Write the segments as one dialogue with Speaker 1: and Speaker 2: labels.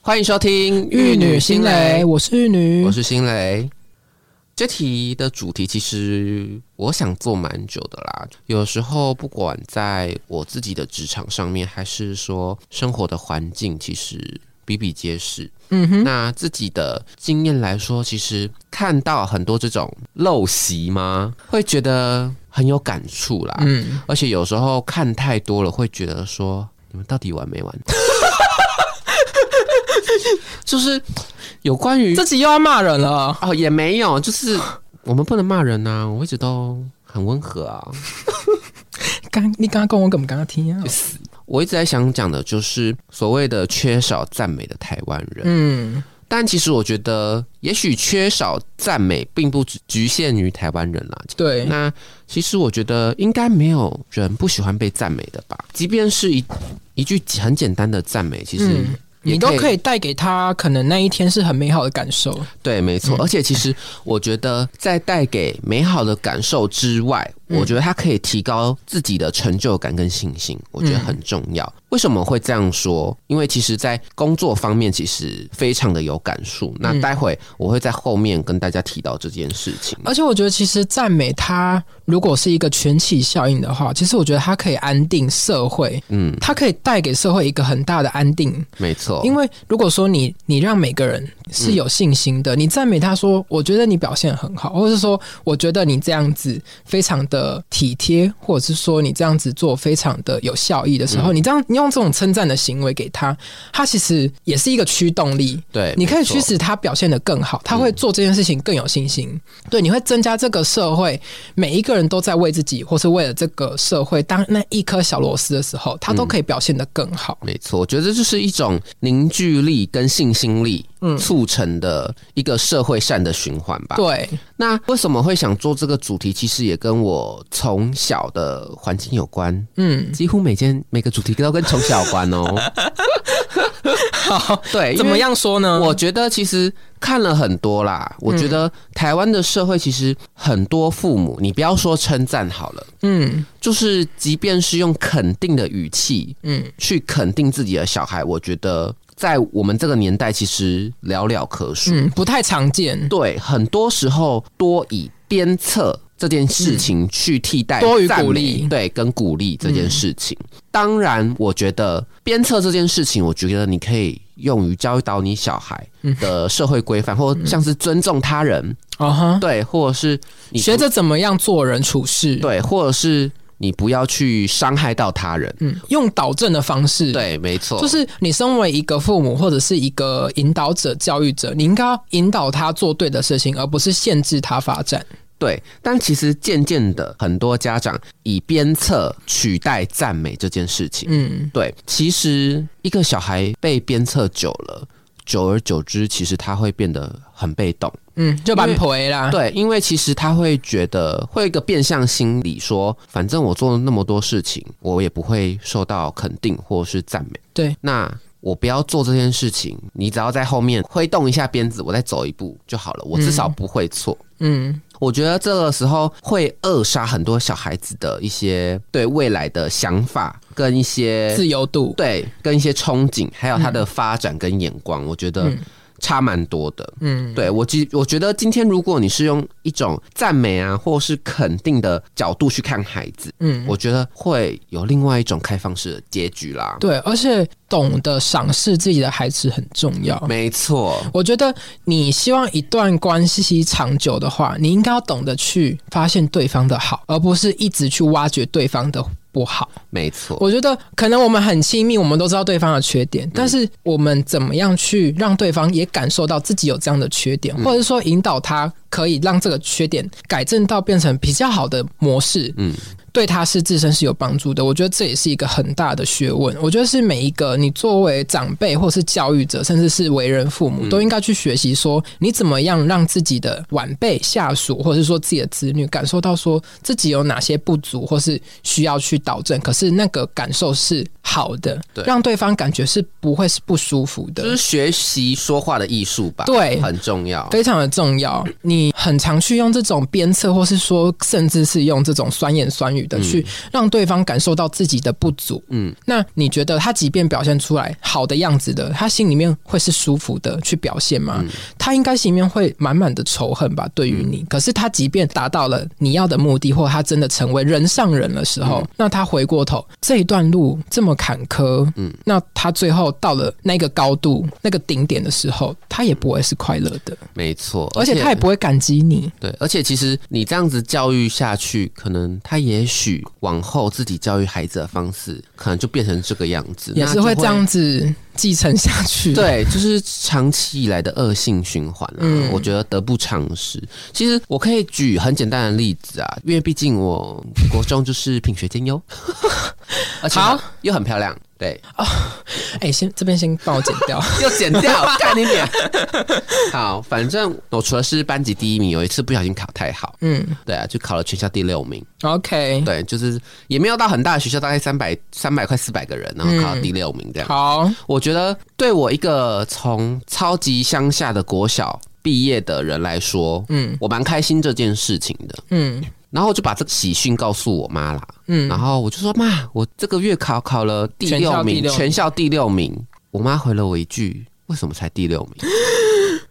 Speaker 1: 欢迎收听《
Speaker 2: 玉女心蕾，我是玉女，
Speaker 1: 我是心蕾。这题的主题其实我想做蛮久的啦。有时候不管在我自己的职场上面，还是说生活的环境，其实比比皆是。
Speaker 2: 嗯哼，
Speaker 1: 那自己的经验来说，其实看到很多这种陋习吗，会觉得很有感触啦。
Speaker 2: 嗯，
Speaker 1: 而且有时候看太多了，会觉得说你们到底玩没玩？ 就是有关于
Speaker 2: 这集又要骂人了，
Speaker 1: 哦，也没有，就是我们不能骂人呐、我一直都很温和啊。
Speaker 2: 刚你刚刚跟我怎么刚刚听啊？
Speaker 1: 我一直在想讲的就是所谓的缺少赞美的台湾人，
Speaker 2: 嗯，
Speaker 1: 但其实我觉得，也许缺少赞美并不只局限于台湾人啦。
Speaker 2: 对，
Speaker 1: 那其实我觉得应该没有人不喜欢被赞美的吧，即便是一一句很简单的赞美，其实
Speaker 2: 嗯
Speaker 1: 也
Speaker 2: 你都可以带给他，可能那一天是很美好的感受。
Speaker 1: 对，没
Speaker 2: 嗯
Speaker 1: 错。而且其实我觉得，在带给美好的感受之外，
Speaker 2: 嗯
Speaker 1: 我觉得它可以提高自己的成就感跟信心，我
Speaker 2: 嗯
Speaker 1: 觉得很重要。为什么会这样说？因为其实，在工作方面，其实非常的有感触。
Speaker 2: 嗯
Speaker 1: 那待会我会在后面跟大家提到这件事情。
Speaker 2: 而且我觉得，其实赞美它如果是一个群体效应的话，其实我觉得它可以安定社会，
Speaker 1: 嗯，
Speaker 2: 它可以带给社会一个很大的安定。
Speaker 1: 没错，
Speaker 2: 因为如果说你你让每个人是有信心的，你赞美他说，我觉得你表现很好，或者是说我觉得你这样子非常的体贴，或者是说你这样子做非常的有效益的时候，你这样你用这种称赞的行为给他，他其实也是一个驱动力。
Speaker 1: 对，
Speaker 2: 你可以
Speaker 1: 没错
Speaker 2: 驱使他表现得更好，他会做这件事情更有信心。对，你会增加这个社会每一个人都在为自己，或是为了这个社会当那一颗小螺丝的时候，他都可以表现得更好。
Speaker 1: 没错，我觉得这是一种凝聚力跟信心力，
Speaker 2: 嗯
Speaker 1: 促成的一个社会善的循环吧。
Speaker 2: 对，
Speaker 1: 那为什么会想做这个主题？其实也跟我从小的环境有关，
Speaker 2: 嗯。
Speaker 1: 几乎每件每个主题都跟从小有关哦。
Speaker 2: 好，
Speaker 1: 对，
Speaker 2: 怎么？样嗯说呢？
Speaker 1: 我觉得其实看了很多啦，我觉得台湾的社会其实很多父母，你不要说称赞好了，
Speaker 2: 嗯
Speaker 1: 就是即便是用肯定的语气
Speaker 2: 嗯，
Speaker 1: 去肯定自己的小孩，我觉得在我们这个年代其实寥寥可数。
Speaker 2: 嗯，不太常见，
Speaker 1: 对，很多时候多以鞭策这件事情去替代、
Speaker 2: 嗯多于鼓励嗯
Speaker 1: 对，跟鼓励这件事情。当然，我觉得鞭策这件事情，我觉得你可以用于教导你小孩
Speaker 2: 嗯
Speaker 1: 的社会规范，或像是尊重他人，
Speaker 2: 啊哈，
Speaker 1: 对，或者是你不
Speaker 2: 学着怎么样做人处事，，
Speaker 1: 对，或者是你不要去伤害到他人。
Speaker 2: 嗯，用导正的方式，，
Speaker 1: 对，没错，
Speaker 2: 就是你身为一个父母或者是一个引导者、教育者，你应该要引导他做对的事情，而不是限制他发展。
Speaker 1: 对，但其实渐渐的，很多家长以鞭策取代赞美这件事情。
Speaker 2: 嗯，
Speaker 1: 对，其实一个小孩被鞭策久了，久而久之，其实他会变得很被动。
Speaker 2: 嗯，就蛮陪啦，
Speaker 1: 对，因为其实他会觉得会有一个变相心理说，反正我做了那么多事情，我也不会受到肯定或是赞美。
Speaker 2: 对，
Speaker 1: 那。我不要做这件事情，你只要在后面挥动一下鞭子，我再走一步就好了。我至少不会错。
Speaker 2: 嗯
Speaker 1: 我觉得这个时候会扼杀很多小孩子的一些对未来的想法跟一些
Speaker 2: 自由度，
Speaker 1: 对，跟一些憧憬，还有他的发展跟眼光，我觉得差蛮多的。
Speaker 2: 嗯，
Speaker 1: 对我今我觉得今天如果你是用一种赞美啊，或是肯定的角度去看孩子，
Speaker 2: 嗯，
Speaker 1: 我觉得会有另外一种开放式的结局啦。
Speaker 2: 对，而且懂得赏识自己的孩子很重要。
Speaker 1: 没错，
Speaker 2: 我觉得你希望一段关系长久的话，你应该要懂得去发现对方的好，而不是一直去挖掘对方的不好。
Speaker 1: 没错，
Speaker 2: 我觉得可能我们很亲密，我们都知道对方的缺点，但是我们怎么样去让对方也感受到自己有这样的缺点，或者说引导他可以让这个缺点改正到变成比较好的模式，
Speaker 1: 嗯，
Speaker 2: 对他是自身是有帮助的。我觉得这也是一个很大的学问。我觉得是每一个你作为长辈或是教育者，甚至是为人父
Speaker 1: 嗯
Speaker 2: 母，都应该去学习说你怎么样让自己的晚辈、下属，或者是说自己的子女，感受到说自己有哪些不足，或是需要去导正。可是那个感受是好的
Speaker 1: 对，
Speaker 2: 让对方感觉是不会是不舒服的。
Speaker 1: 就是学习说话的艺术吧，
Speaker 2: 对
Speaker 1: 很重要。
Speaker 2: 非常的重要。你很常去用这种鞭策，或是说，甚至是用这种酸言酸语女的去让对方感受到自己的不足。
Speaker 1: 嗯，
Speaker 2: 那你觉得他即便表现出来好的样子的，他心里面会是舒服的去表现吗？他应该心里面会满满的仇恨吧，对于你。可是他即便达到了你要的目的，或他真的成为人上人的时候，那他回过头这一段路这么坎坷，嗯，那他最后到了那个高度、那个顶点的时候，他也不会是快乐的，
Speaker 1: 没错，
Speaker 2: 而且他也不会感激你。
Speaker 1: 对，而且其实你这样子教育下去，可能他也许往后自己教育孩子的方式，可能就变成这个样子，
Speaker 2: 也
Speaker 1: 那
Speaker 2: 是
Speaker 1: 就
Speaker 2: 会这样子继承下去。，
Speaker 1: 对，就是长期以来的恶性循环啊，
Speaker 2: 嗯
Speaker 1: 我觉得得不偿失。其实我可以举很简单的例子啊，因为毕竟我国中就是品学兼优， 而且
Speaker 2: 好
Speaker 1: 又很漂亮，对，
Speaker 2: 哎、先这边先帮我剪 掉。
Speaker 1: 又剪掉，干你脸。好，反正我除了是班级第一名，有一次不小心考太好，
Speaker 2: 嗯
Speaker 1: 对啊，就考了全校第六名，
Speaker 2: ，OK，
Speaker 1: 对，就是也没有到很大的学校，大概三百三百快四百个人，然后考到第六名这样。
Speaker 2: 好，
Speaker 1: 我觉得对我一个从超级乡下的国小毕业的人来说，
Speaker 2: 嗯
Speaker 1: 我蛮开心这件事情的。
Speaker 2: 嗯
Speaker 1: 然后我就把这个喜讯告诉我妈啦，然
Speaker 2: 嗯，
Speaker 1: 后我就说妈，我这个月考考了第六名，全
Speaker 2: 全
Speaker 1: 校第六名。我妈回了我一句：“为什么才第六名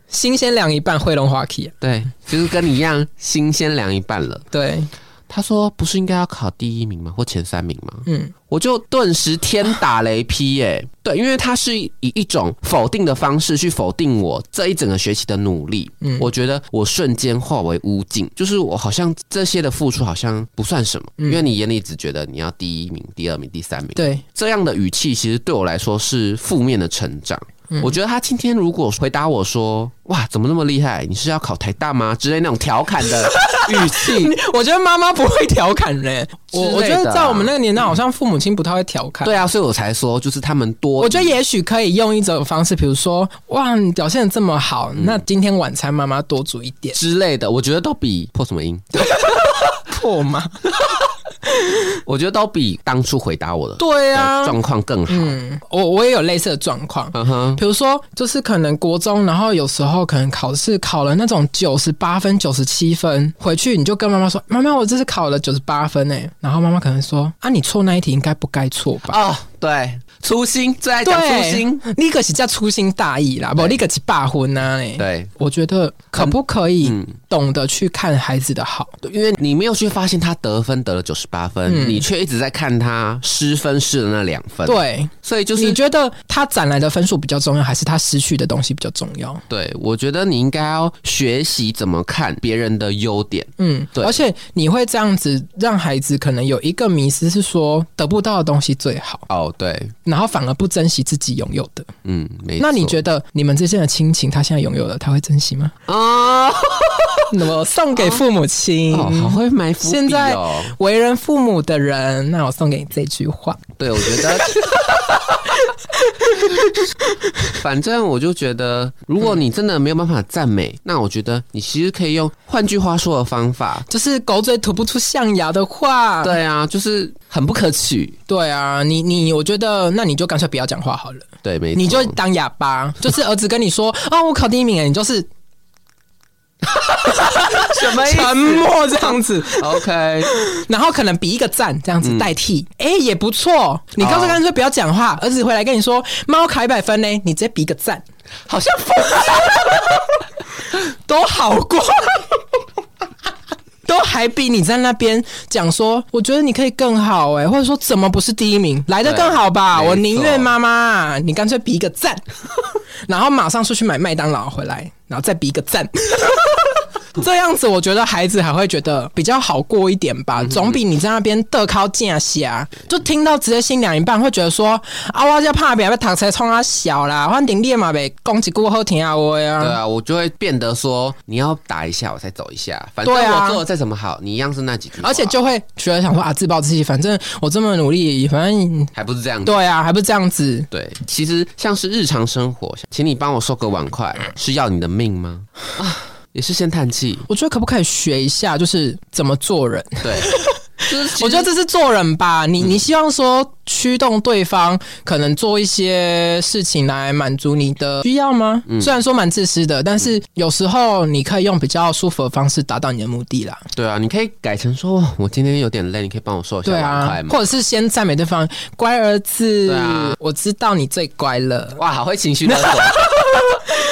Speaker 2: 新鲜凉一半，会龙滑稽。？”
Speaker 1: 对，就是跟你一样，新鲜凉一半了。
Speaker 2: 对，
Speaker 1: 她说：“不是应该要考第一名吗？或前三名吗？”
Speaker 2: 嗯，
Speaker 1: 我就顿时天打雷劈耶、对，因为他是以一种否定的方式去否定我这一整个学期的努力，嗯，我觉得我瞬间化为乌尽，就是我好像这些的付出好像不算什么，因为你眼里只觉得你要第一名、第二名、第三名，
Speaker 2: 对，
Speaker 1: 这样的语气其实对我来说是负面的成长。我觉得他今天如果回答我说：“哇，怎么那么厉害？你是要考台大吗？”之类那种调侃的语气，
Speaker 2: 我觉得妈妈不会调侃人，我
Speaker 1: 之类的啊嗯
Speaker 2: 我觉得在我们那个年代，好像父母亲不太会调侃。
Speaker 1: 对啊，所以我才说，就是他们多，
Speaker 2: 我觉得也许可以用一种方式，比如说，哇，你表现的这么好，
Speaker 1: 嗯
Speaker 2: 那今天晚餐妈妈多煮一 点，
Speaker 1: 之类的，我觉得都比破什么音，
Speaker 2: 破吗？
Speaker 1: 我觉得都比当初回答我的
Speaker 2: 对啊，
Speaker 1: 状况更好。
Speaker 2: 嗯，我我也有类似的状况，
Speaker 1: 嗯哼，
Speaker 2: 比如说，就是可能国中，然后有时候可能考试考了那种九十八分、九十七分，回去你就跟妈妈说：“妈妈，我这次考了九十八分诶。”然后妈妈可能说：“啊，你错那一题应该不该错吧
Speaker 1: 哦，对，粗心最爱？”讲粗
Speaker 2: 对
Speaker 1: 心，，
Speaker 2: 那个是叫粗心大意啦，不，那个是罢婚啊嘞。
Speaker 1: 对，
Speaker 2: 我觉得可不可以懂得去看孩子的好？
Speaker 1: 因为你没有去发现他得分得了九十八分，你却一直在看他失分失了那两分，，
Speaker 2: 嗯对，
Speaker 1: 所以嗯就
Speaker 2: 你
Speaker 1: 是。
Speaker 2: 觉得他攒来的分数比较重要，还是他失去的东西比较重要？
Speaker 1: 对，我觉得你应该要学习怎么看别人的优点。
Speaker 2: 嗯，
Speaker 1: 对
Speaker 2: 而且你会这样子让孩子可能有一个迷失，是说得不到的东西最好，
Speaker 1: 哦，对，
Speaker 2: 然后反而不珍惜自己拥有的。
Speaker 1: 嗯，没
Speaker 2: 那你
Speaker 1: 错
Speaker 2: 觉得你们之间的亲情，他现在拥有了，他会珍惜 吗？
Speaker 1: 哦，
Speaker 2: 我送给父母亲。
Speaker 1: 哦，好会埋伏笔哦。
Speaker 2: 嗯现在为人父母的人，那我送给你这句话。
Speaker 1: 对，我觉 得，反正我就觉得，如果你真的没有办法赞美，那我觉得你其实可以用换句话说的方法。
Speaker 2: 就是狗嘴吐不出象牙的话，
Speaker 1: 对啊，就是很不可取。
Speaker 2: 对啊，你你，我觉得那你就干脆不要讲话好了，
Speaker 1: 对，没错，
Speaker 2: 你就当哑巴。就是儿子跟你说啊，我考第一名了，你就是
Speaker 1: 什么
Speaker 2: 沉默这样子。
Speaker 1: ？OK，
Speaker 2: 然后可能比一个赞这样子代替，
Speaker 1: 嗯
Speaker 2: 哎、也不错。你告诉干脆不要讲话，儿子回来跟你说妈我考一百分呢，你直接比一个赞，
Speaker 1: 好像
Speaker 2: 都好过。都还比你在那边讲说，我觉得你可以更好哎、或者说怎么不是第一名，来的更好吧？
Speaker 1: 对
Speaker 2: 我
Speaker 1: 没
Speaker 2: 宁
Speaker 1: 错
Speaker 2: 愿妈妈，你干脆比一个赞，然后马上出去买麦当劳回来，然后再比一个赞，这样子我觉得孩子还会觉得比较好过一点吧，总比你在那边得靠架下，就听到直接心凉一半，会觉得说啊，我就怕别被读册冲啊小啦，反正你嘛呗，讲一句好听啊话
Speaker 1: 对
Speaker 2: 啊，
Speaker 1: 啊，我就会变得说，你要打一下我才走一下，反正
Speaker 2: 对啊
Speaker 1: 我做的再怎么好，你一样是那几句话，
Speaker 2: 而且就会觉得想说啊，自暴自弃，反正我这么努力，反正
Speaker 1: 还不是这样子。
Speaker 2: 对啊，还不是这样子，
Speaker 1: 对，其实像是日常生活，请你帮我收个碗筷，是要你的命 吗？啊，也是先叹气。
Speaker 2: 我觉得可不可以学一下，就是怎么做人？
Speaker 1: 对， 就是
Speaker 2: 我觉得这是做人吧，你
Speaker 1: 嗯
Speaker 2: 你希望说驱动对方可能做一些事情来满足你的需要吗？
Speaker 1: 嗯
Speaker 2: 虽然说蛮自私的，但是有时候你可以用比较舒服的方式达到你的目的啦。
Speaker 1: 对啊，你可以改成说，哇我今天有点累，你可以帮我瘦一下
Speaker 2: 对
Speaker 1: 两
Speaker 2: 啊
Speaker 1: 块，吗？
Speaker 2: 或者是先赞美对方，乖儿子，
Speaker 1: 对啊
Speaker 2: 我知道你最 乖了，
Speaker 1: 哇，好会情绪勒索，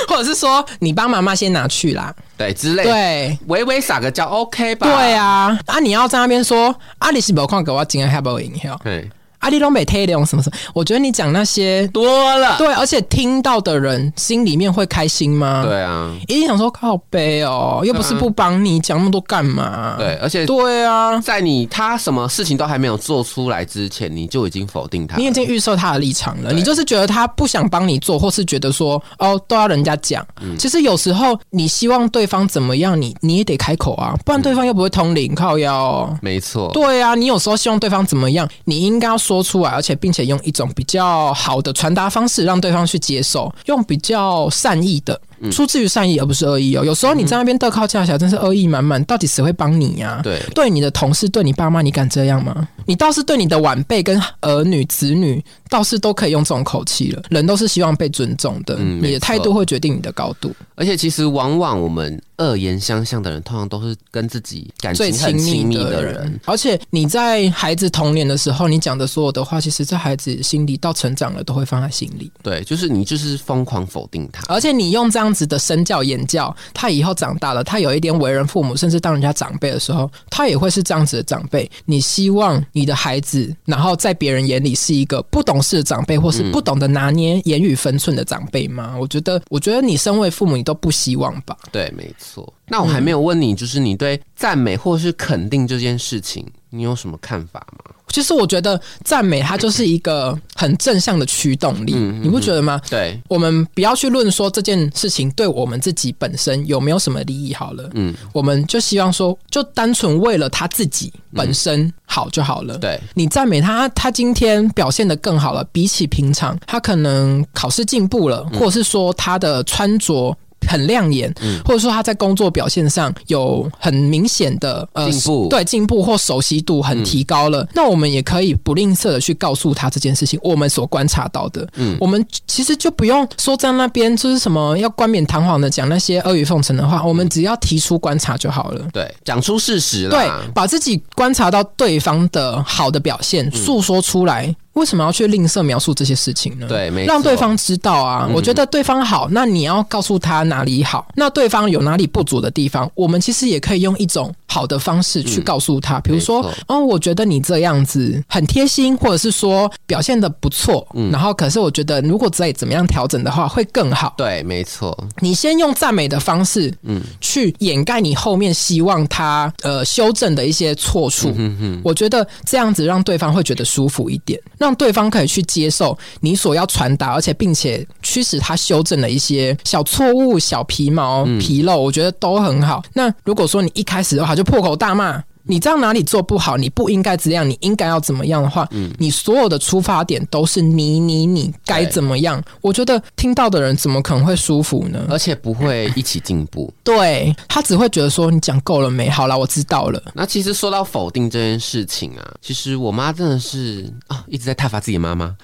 Speaker 2: 或者是说你帮妈妈先拿去啦。
Speaker 1: 对之类，
Speaker 2: 对
Speaker 1: 微微撒个娇，OK 吧？
Speaker 2: 对，啊，啊你要在那边说，啊你是没有空给我今天还不有影响，
Speaker 1: 对，
Speaker 2: 啊你都没体谅什么什么，我觉得你讲那些
Speaker 1: 多了，
Speaker 2: 对，而且听到的人心里面会开心吗？，
Speaker 1: 对啊，
Speaker 2: 一定想说靠背哦，又不是不帮你，讲那么多干嘛？
Speaker 1: 嗯对，而且
Speaker 2: 对啊，
Speaker 1: 在你他什么事情都还没有做出来之前，你就已经否定他了，
Speaker 2: 你已经预设他的立场了，你就是觉得他不想帮你做，或是觉得说哦都要人家讲。
Speaker 1: 嗯
Speaker 2: 其实有时候你希望对方怎么样，你你也得开口啊，不然对方又不会通灵靠腰、哦。
Speaker 1: 没错，
Speaker 2: 对啊，你有时候希望对方怎么样，你应该要说出来，而且并且用一种比较好的传达方式让对方去接受，用比较善意的，
Speaker 1: 嗯
Speaker 2: 出自于善意而不是恶意哦。有时候你在那边得靠架桥，真是恶意满满，到底谁会帮你呀、
Speaker 1: 对
Speaker 2: 对你的同事、对你爸妈，你敢这样吗？你倒是对你的晚辈跟儿女、子女，倒是都可以用这种口气了。人都是希望被尊重的，
Speaker 1: 嗯没
Speaker 2: 你的态
Speaker 1: 错
Speaker 2: 度会决定你的高度。
Speaker 1: 而且其实往往我们恶言相向的人，通常都是跟自己感
Speaker 2: 最
Speaker 1: 情很亲密
Speaker 2: 密
Speaker 1: 的人
Speaker 2: 人。，而且你在孩子童年的时候，你讲的所有的话，其实在孩子心里到成长了都会放在心里。
Speaker 1: 对，就是你就是疯狂否定他。
Speaker 2: 而且你用这样子的身教言教，他以后长大了，他有一点为人父母，甚至当人家长辈的时候，他也会是这样子的长辈。你希望你的孩子，然后在别人眼里是一个不懂事的长辈，或是
Speaker 1: 嗯
Speaker 2: 不懂得拿捏言语分寸的长辈吗？我觉得，我觉得你身为父母，你都不希望吧。
Speaker 1: 对，没错。那我还没有问你，就是你对赞美或是肯定这件事情，你有什么看法吗？
Speaker 2: 其实我觉得赞美它就是一个很正向的驱动
Speaker 1: 嗯
Speaker 2: 力，你不觉得吗？
Speaker 1: 对，
Speaker 2: 我们不要去论说这件事情对我们自己本身有没有什么利益好了，
Speaker 1: 嗯
Speaker 2: 嗯，我们就希望说，就单纯为了他自己本身好就好了。
Speaker 1: 对，
Speaker 2: 你赞美他，他今天表现得更好了，比起平常，他可能考试进步了，
Speaker 1: 嗯
Speaker 2: 或者是说他的穿着。很亮眼，或者说他在工作表现上有很明显的呃
Speaker 1: 进步嗯
Speaker 2: 对进步或熟悉度很提高了。那我们也可以不吝啬的去告诉他这件事情，我们所观察到的，
Speaker 1: 嗯
Speaker 2: 我们其实就不用说在那边就是什么要冠冕堂皇的讲那些阿谀奉承的话，我们只要提出观察就好了。
Speaker 1: 对，讲出事实
Speaker 2: 对
Speaker 1: 啦。，
Speaker 2: 把自己观察到对方的好的表现
Speaker 1: 嗯
Speaker 2: 诉说出来，为什么要去吝啬描述这些事情呢？
Speaker 1: 对没
Speaker 2: 让
Speaker 1: 错嗯
Speaker 2: 对方知道啊。我觉得对方好，那你要告诉他哪里好，那对方有哪里不足的地方，我们其实也可以用一种好的方式去告诉他，比如说
Speaker 1: 嗯没错，
Speaker 2: 哦，我觉得你这样子很贴心，或者是说表现的不错，
Speaker 1: 嗯
Speaker 2: 然后可是我觉得如果再怎么样调整的话会更好。
Speaker 1: 对，没错，
Speaker 2: 你先用赞美的方式，嗯，去掩盖你后面希望他呃修正的一些错处。嗯嗯，我觉得这样子让对方会觉得舒服一点，让对方可以去接受你所要传达，而且并且驱使他修正的一些小错误、小皮毛、纰漏，我觉得都很好。那如果说你一开始的话就破口大骂。你这样哪里做不好？你不应该这样，你应该要怎么样的话，你所有的出发点都是你你你该
Speaker 1: 对
Speaker 2: 怎么样？我觉得听到的人怎么可能会舒服呢？
Speaker 1: 而且不会一起进步。
Speaker 2: 对他只会觉得说你讲够了没？好啦，我知道了。
Speaker 1: 那其实说到否定这件事情啊，其实我妈真的是啊一直在挞伐自己的妈 妈。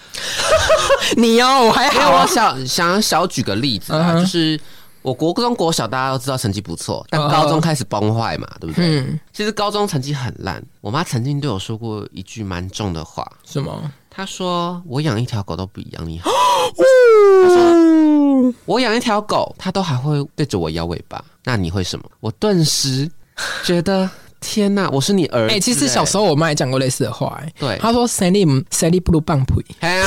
Speaker 2: 你哦，我还
Speaker 1: 因为
Speaker 2: 好
Speaker 1: 我
Speaker 2: 啊。
Speaker 1: 想想要小举个例子啊
Speaker 2: 嗯哼
Speaker 1: 就是我国中、国小大家都知道成绩不错，但高中开始崩坏嘛，对不对？
Speaker 2: 嗯，
Speaker 1: 其实高中成绩很烂，我妈曾经对我说过一句蛮重的话，
Speaker 2: 什么？
Speaker 1: 她说：“我养一条狗都比养你 好。”她说：“我养一条狗，它都还会对着我摇尾巴，那你会什么？”我顿时觉得天哪，我是你儿子、欸
Speaker 2: 哎、其实小时
Speaker 1: 候
Speaker 2: 候我妈也讲过类似的话、哎，
Speaker 1: 对，
Speaker 2: 她说谁力谁力不如棒槌，
Speaker 1: 哎 呀，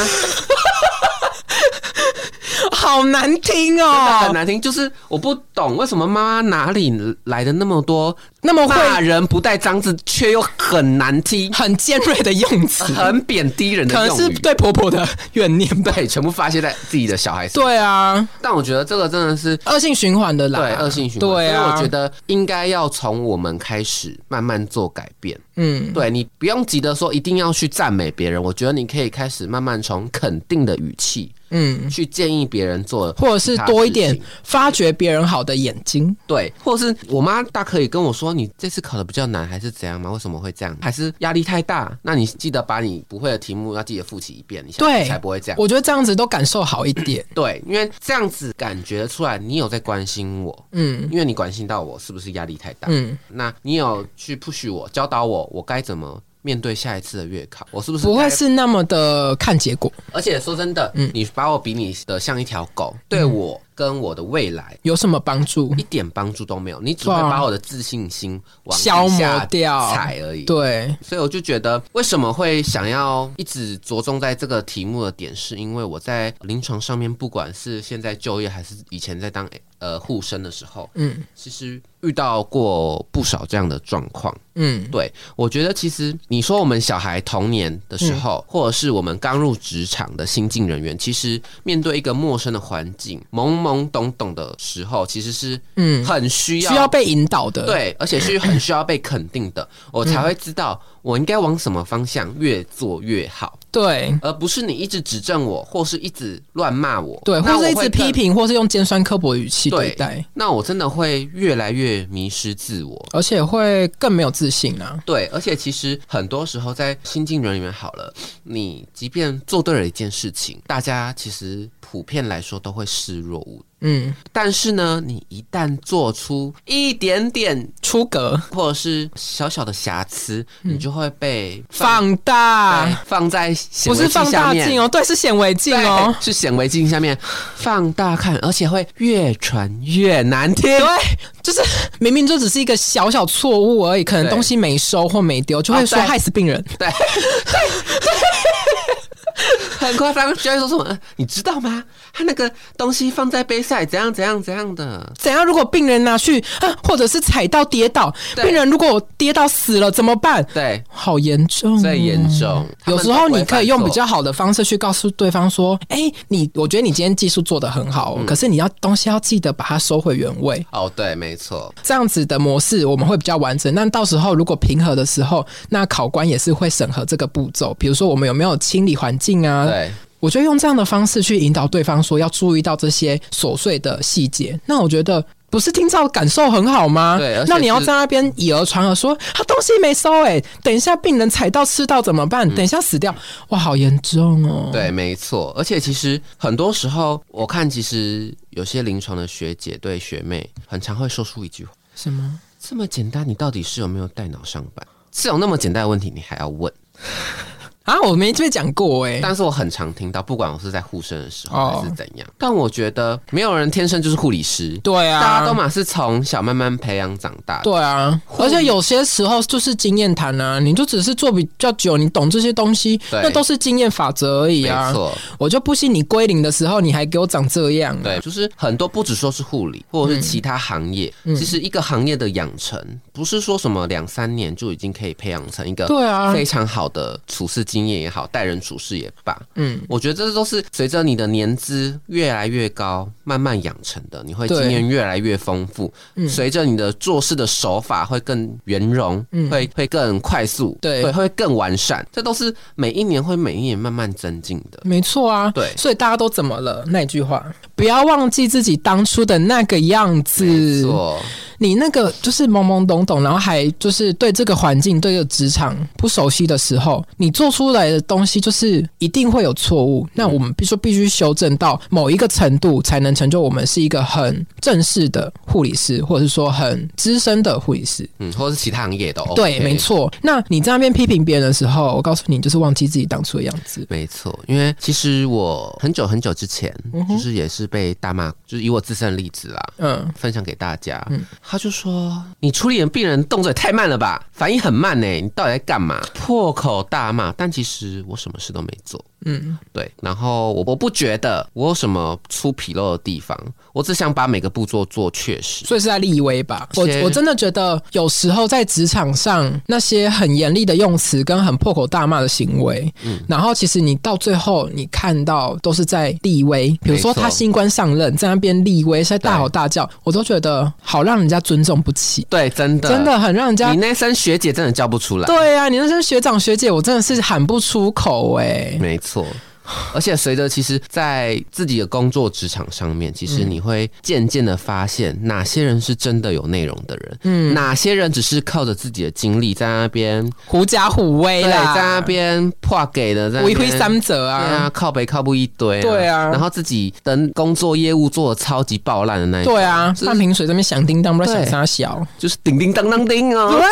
Speaker 2: 好难
Speaker 1: 真
Speaker 2: 听
Speaker 1: 的很
Speaker 2: 哦。
Speaker 1: 难听，就是我不懂为什么妈妈哪里来的那么多
Speaker 2: 那么
Speaker 1: 骂
Speaker 2: 会
Speaker 1: 人不带脏字，却又很难听，
Speaker 2: 很尖锐的用 词，
Speaker 1: 很贬低人
Speaker 2: 可
Speaker 1: 的
Speaker 2: 能
Speaker 1: 用
Speaker 2: 是
Speaker 1: 语。
Speaker 2: 对婆婆的怨念吧。
Speaker 1: 对，全部发泄在自己的小孩身上。
Speaker 2: 对啊，
Speaker 1: 但我觉得这个真的是
Speaker 2: 恶性循环的啦。
Speaker 1: 对恶性循环。
Speaker 2: 对
Speaker 1: 所以
Speaker 2: 啊，
Speaker 1: 我觉得应该要从我们开始慢慢做改变。
Speaker 2: 嗯，
Speaker 1: 对你不用急着说一定要去赞美别人，我觉得你可以开始慢慢从肯定的语气，
Speaker 2: 嗯，
Speaker 1: 去建议别人做，
Speaker 2: 或者是多一点发掘别人好的眼睛。
Speaker 1: 对，或者是我妈大可以跟我说，你这次考的比较难，还是怎样吗？为什么会这样？还是压力太大？那你记得把你不会的题目要记得复习一遍，你下
Speaker 2: 对
Speaker 1: 次才不会这样。
Speaker 2: 我觉得这样子都感受好一点。
Speaker 1: 对，因为这样子感觉出来你有在关心我，
Speaker 2: 嗯
Speaker 1: 因为你关心到我是不是压力太大，
Speaker 2: 嗯，
Speaker 1: 那你有去 push 我，教导我我该怎么。面对下一次的月考，我是不是
Speaker 2: 不
Speaker 1: 该
Speaker 2: 会是嗯那么的看结果。
Speaker 1: 而且说真的，你把我比你的像一条狗，对
Speaker 2: 嗯
Speaker 1: 我跟我的未来
Speaker 2: 有什么帮助
Speaker 1: 一？点帮助都没有，你只会
Speaker 2: 对啊
Speaker 1: 把我的自信心往地
Speaker 2: 消磨
Speaker 1: 下
Speaker 2: 掉
Speaker 1: 踩而已。
Speaker 2: 对，
Speaker 1: 所以我就觉得，为什么会想要一直着重在这个题目的点，是因为我在临床上面，不管是现在就业还是以前在当呃护生的时候，
Speaker 2: 嗯
Speaker 1: 其实遇到过不少这样的状况。
Speaker 2: 嗯，
Speaker 1: 对，我觉得其实你说我们小孩童年的
Speaker 2: 嗯
Speaker 1: 时候，或者是我们刚入职场的新进人员，其实面对一个陌生的环境，懵懵懂懂的时候，其实是
Speaker 2: 嗯
Speaker 1: 很需要
Speaker 2: 需要被引导的。，
Speaker 1: 对，而且是很需要被肯定的，我
Speaker 2: 嗯
Speaker 1: 才会知道我应该往什么方向越做越好，
Speaker 2: 对。
Speaker 1: 而不是你一直指正我，或是一直乱骂我，
Speaker 2: 对，
Speaker 1: 那
Speaker 2: 或
Speaker 1: 我
Speaker 2: 是一
Speaker 1: 会
Speaker 2: 直
Speaker 1: 更
Speaker 2: 批。评，或是用尖酸刻薄的语气
Speaker 1: 对
Speaker 2: 对待，
Speaker 1: 那我真的会越来越迷失自我，
Speaker 2: 而且会更没有自信啊。
Speaker 1: 对，而且其实很多时候在新进人员好了，你即便做对了一件事情，大家其实普遍来说都会视若无。
Speaker 2: 嗯，
Speaker 1: 但是呢，你一旦做出一点点
Speaker 2: 出格
Speaker 1: 或者是小小的瑕疵，你就会被
Speaker 2: 嗯放大，
Speaker 1: 对放在显
Speaker 2: 不
Speaker 1: 微
Speaker 2: 是
Speaker 1: 镜
Speaker 2: 放
Speaker 1: 下
Speaker 2: 大
Speaker 1: 面
Speaker 2: 镜哦，对，是显微镜哦。
Speaker 1: 对是显微镜下面放大看，而且会越传越难听。
Speaker 2: 对，就是明明就只是一个小小错误而已，可能
Speaker 1: 对
Speaker 2: 东西没收或没丢，就会说
Speaker 1: 啊对
Speaker 2: 害死病人。
Speaker 1: 对， 很夸张，就会说什么？呃你知道吗？他那个东西放在杯赛，怎样怎样怎样的。
Speaker 2: 怎样？如果病人拿去啊，或者是踩到跌倒，
Speaker 1: 对
Speaker 2: 病人如果跌倒死了怎么办？
Speaker 1: 对，
Speaker 2: 好严重、哦，
Speaker 1: 最严重。
Speaker 2: 有时候你可以用
Speaker 1: 他
Speaker 2: 比
Speaker 1: 们都不会犯错
Speaker 2: 较好的方式去告诉对方说：“哎、你我觉得你今天技术做得很好、哦，
Speaker 1: 嗯
Speaker 2: 可是你要东西要记得把它收回原位。
Speaker 1: 哦，对，没错，”
Speaker 2: 这样子的模式我们会比较完整。那到时候如果平和的时候，那考官也是会审核这个步骤，比如说我们有没有清理环境啊？
Speaker 1: 对
Speaker 2: 我觉得用这样的方式去引导对方说要注意到这些琐碎的细节。那我觉得。不是听到感受很好吗？
Speaker 1: 对而且
Speaker 2: 那你要
Speaker 1: 是
Speaker 2: 在那边以讹传讹说他东西没收、欸，等一下病人踩到吃到怎么办？等一下死掉，哇，好严重哦。
Speaker 1: 嗯对，没错。而且其实很多时候，我看其实有些临床的学姐对学妹，很常会说出一句话：
Speaker 2: 什么？
Speaker 1: 这么简单，你到底是有没有带脑上班？这种那么简单的问题，你还要问？
Speaker 2: 啊，我没被讲过哎、
Speaker 1: 但是我很常听到，不管我是在护生的时
Speaker 2: 哦
Speaker 1: 候还是怎样，但我觉得没有人天生就是护理师，
Speaker 2: 对啊，
Speaker 1: 大家都嘛是从小慢慢培养长大的。
Speaker 2: 对啊，而且有些时候就是经验谈啊，你就只是做比较久，你懂这些东西，
Speaker 1: 对
Speaker 2: 那都是经验法则而已
Speaker 1: 没
Speaker 2: 啊。
Speaker 1: 错，
Speaker 2: 我就不信你归零的时候，你还给我长这样、啊。
Speaker 1: 对，就是很多不只说是护理，或者是其他行业，
Speaker 2: 嗯
Speaker 1: 其实一个行业的养成，不是说什么两三年就已经可以培养成一个
Speaker 2: 对啊，
Speaker 1: 非常好的处事经验也好，待人处事也罢，
Speaker 2: 嗯，
Speaker 1: 我觉得这都是随着你的年资越来越高，慢慢养成的，你会
Speaker 2: 对
Speaker 1: 经验越来越丰富，
Speaker 2: 嗯
Speaker 1: 随着你的做事的手法会更圆融，会会更快速，
Speaker 2: 嗯对
Speaker 1: 会会更完善，这都是每一年会每一年慢慢增进的。
Speaker 2: 没错啊，
Speaker 1: 对
Speaker 2: 所以大家都怎么了？那一句话，不要忘记自己当初的那个样
Speaker 1: 没
Speaker 2: 子。
Speaker 1: 错，
Speaker 2: 你那个就是懵懵懂懂，然后还就是对这个环境、对这个职场不熟悉的时候，你做出来的东西就是一定会有错误。那我们必须必须修正到某一个程度，才能成就我们是一个很正式的护理师，或者是说很资深的护理师。
Speaker 1: 嗯，或者是其他行业都 OK,
Speaker 2: 对，没，错。那你在那边批评别人的时候，我告诉你，就是忘记自己当初的样子。
Speaker 1: 没错。因为其实我很久很久之前，就是也是被大骂，就是以我自身的例子啦，
Speaker 2: 嗯，
Speaker 1: 分享给大家。他就说：“你处理病人动作也太慢了吧，反应很慢呢、你到底在干嘛？”破口大骂，但其实我什么事都没做。
Speaker 2: 嗯，
Speaker 1: 对，然后我我不觉得我有什么出纰漏的地方，我只想把每个步骤做确实。
Speaker 2: 所以是在立威吧。我
Speaker 1: 先
Speaker 2: 我真的觉得有时候在职场上那些很严厉的用词跟很破口大骂的行为，
Speaker 1: 嗯
Speaker 2: 然后其实你到最后你看到都是在立威，比如说
Speaker 1: 没错
Speaker 2: 他新官上任在那边立威，在大吼大叫，我都觉得好让人家尊重不起，
Speaker 1: 对，真的，
Speaker 2: 真，的很让人家
Speaker 1: 你。那声学姐真的叫不出来。
Speaker 2: 对啊，你那些学长学姐，我真的是喊不出口哎、
Speaker 1: 没错，而且随着其实，在自己的工作职场上面，其
Speaker 2: 嗯
Speaker 1: 实你会渐渐的发现哪些人是真的有内容的人，嗯，哪些人只是靠着自己的经历在那边，
Speaker 2: 狐假虎威
Speaker 1: 对，
Speaker 2: 啦，
Speaker 1: 在那边破给的，在那
Speaker 2: 为
Speaker 1: 边
Speaker 2: 非三折
Speaker 1: 对
Speaker 2: 啊
Speaker 1: 啊，，靠北靠不一堆、
Speaker 2: 对啊
Speaker 1: 然后自己的工作业务做的超级爆烂的那一种，
Speaker 2: 对啊，
Speaker 1: 是
Speaker 2: 半瓶水这边响叮当，不知道
Speaker 1: 对
Speaker 2: 响啥小，
Speaker 1: 就是叮叮当当叮哦。对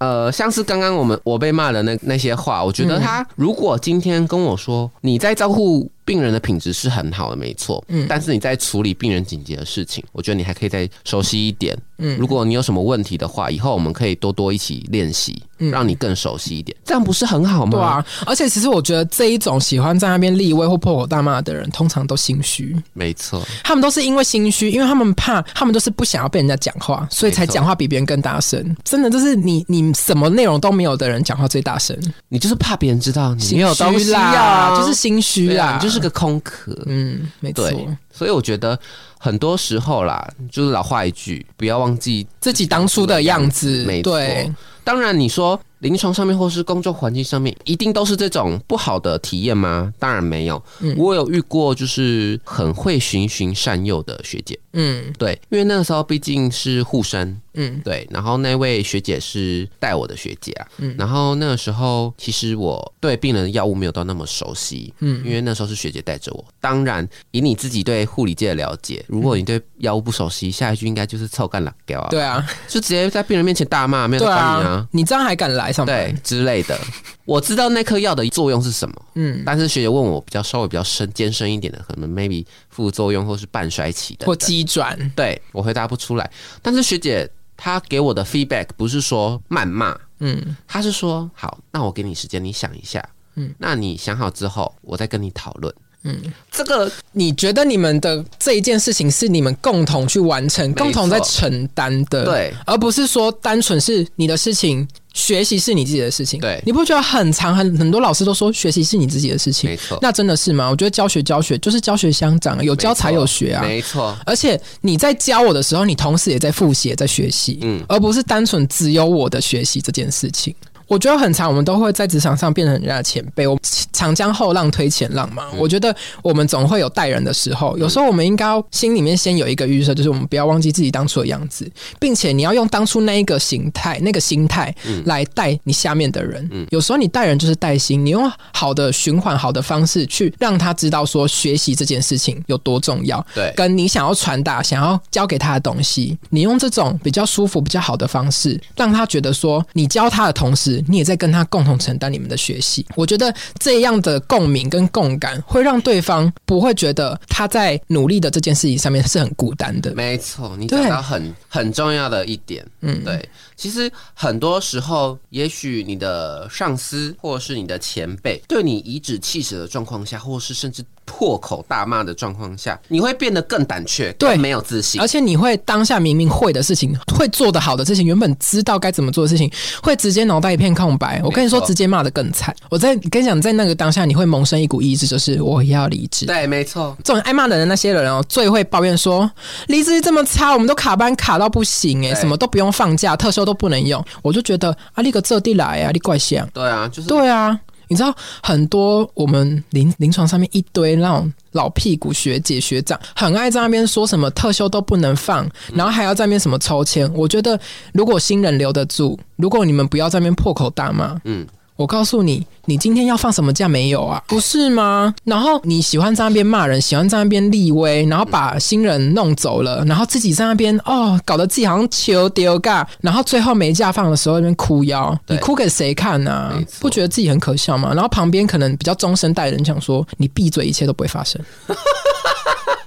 Speaker 1: 呃，像是刚刚我们我被骂的那那些话，我觉得他如果今天跟我说你在照顾病人的品质是很好的，没错，嗯，但是你在处理病人紧急的事情，我觉得你还可以再熟悉一点，嗯，如果你有什么问题的话，以后我们可以多多一起练习，让你更熟悉一点，这样不是很好吗？
Speaker 2: 对啊，
Speaker 1: 嗯
Speaker 2: 而且其实我觉得这一种喜欢在那边立威或破口大骂的人，通常都心虚，
Speaker 1: 没错，
Speaker 2: 他们都是因为心虚，因为他们怕，他们都是不想要被人家讲话，所以才
Speaker 1: 没错
Speaker 2: 讲话比别人更大声。真的，就是你你什么内容都没有的人讲话最大声，
Speaker 1: 你就是怕别人知道你
Speaker 2: 心
Speaker 1: 没有东
Speaker 2: 虚
Speaker 1: 西啊
Speaker 2: 啦，就是心虚
Speaker 1: 对啊，
Speaker 2: 啦，
Speaker 1: 你就是个空壳，
Speaker 2: 嗯，没错，
Speaker 1: 对，所以我觉得很多时候啦，就是老话一句，不要忘记
Speaker 2: 自己当初的样子
Speaker 1: 没，错
Speaker 2: 对，
Speaker 1: 当然，你说临床上面或是工作环境上面，一定都是这种不好的体验吗？当然没有，
Speaker 2: 嗯
Speaker 1: 我有遇过就是很会循循善诱的学姐，
Speaker 2: 嗯
Speaker 1: 对，因为那个时候毕竟是护生，
Speaker 2: 嗯
Speaker 1: 对，然后那位学姐是带我的学姐啊，
Speaker 2: 嗯
Speaker 1: 然后那个时候其实我对病人的药物没有到那么熟悉，
Speaker 2: 嗯
Speaker 1: 因为那时候是学姐带着我。当然，以你自己对护理界的了解，如果你对药物不熟悉，下一句应该就是臭干辣椒啊，
Speaker 2: 嗯对啊，
Speaker 1: 就直接在病人面前大骂，没有
Speaker 2: 对
Speaker 1: 人管你
Speaker 2: 啊
Speaker 1: 啊，，
Speaker 2: 你这样还敢来上班？
Speaker 1: 对 之类的。我知道那颗药的作用是什么，
Speaker 2: 嗯，
Speaker 1: 但是学姐问我比较稍微比较深艰深一点的，可能 maybe 副作用或是半衰期的
Speaker 2: 或，机转，
Speaker 1: 对我回答不出来。但是学姐她给我的 feedback 不是说谩骂，
Speaker 2: 嗯
Speaker 1: 她是说好，那我给你时间，你想一下，嗯，那你想好之后，我再跟你讨论。
Speaker 2: 嗯，
Speaker 1: 这个
Speaker 2: 你觉得你们的这一件事情是你们共同去完成、
Speaker 1: 错
Speaker 2: 共同在承担的，，
Speaker 1: 对
Speaker 2: 而不是说单纯是你的事情，学习是你自己的事情，
Speaker 1: 对
Speaker 2: 你不觉得很长很很多老师都说学习是你自己的事情
Speaker 1: 没，错
Speaker 2: 那真的是吗？我觉得教学教学就是教学相长，有教才有学啊。
Speaker 1: 没错，
Speaker 2: 而且你在教我的时候，你同时也在复习，也在学习，
Speaker 1: 嗯
Speaker 2: 而不是单纯只有我的学习这件事情。我觉得很常，我们都会在职场上变成人家的前辈。我们常将后浪推前浪嘛。我觉得我们总会有带人的时候，有时候我们应该要心里面先有一个预设，就是我们不要忘记自己当初的样子，并且你要用当初那一个形态、那个心态来带你下面的人。有时候你带人就是带心，你用好的循环、好的方式去让他知道说学习这件事情有多重要，
Speaker 1: 对
Speaker 2: 跟你想要传达、想要教给他的东西，你用这种比较舒服、比较好的方式，让他觉得说，你教他的同时，你也在跟他共同承担你们的学习。我觉得这样的共鸣跟共感，会让对方不会觉得他在努力的这件事情上面是很孤单的。
Speaker 1: 没错，你
Speaker 2: 对
Speaker 1: 讲到很很重要的一点，嗯，对。其实很多时候，也许你的上司或是你的前辈对你颐指气使的状况下，或是甚至破口大骂的状况下，你会变得更胆怯，
Speaker 2: 对
Speaker 1: 更没有自信
Speaker 2: 而。且你会当下明明会的事情，会做得好的事情，原本知道该怎么做的事情，会直接脑袋一片空白。我跟你说，
Speaker 1: 没错
Speaker 2: 直接骂得更惨。我在跟你讲，在那个当下，你会萌生一股意志，就是我要离职。
Speaker 1: 对，没错，
Speaker 2: 这种爱骂的人，那些人哦，最会抱怨说离职率这么差，我们都卡班卡到不行哎、
Speaker 1: 对
Speaker 2: 什么都不用放假，特休都不能用。我就觉得啊，你个这地来啊，你怪想。
Speaker 1: 对啊，就是
Speaker 2: 对啊，你知道很多我们临临床上面一堆那种老屁股学姐学长，很爱在那边说什么特休都不能放，然后还要在那边什么抽签。我觉得如果新人留得住，如果你们不要在那边破口大骂，
Speaker 1: 嗯
Speaker 2: 嗯。我告诉你，你今天要放什么假没有啊？不是吗？然后你喜欢在那边骂人，喜欢在那边立威，然后把新人弄走了，然后自己在那边哦，搞得自己好像球丢尬，然后最后没假放的时候在那边哭腰，
Speaker 1: 对
Speaker 2: 你哭给谁看呢、啊
Speaker 1: 没错？
Speaker 2: 不觉得自己很可笑吗？然后旁边可能比较中生代的人想说，你闭嘴，一切都不会发 生，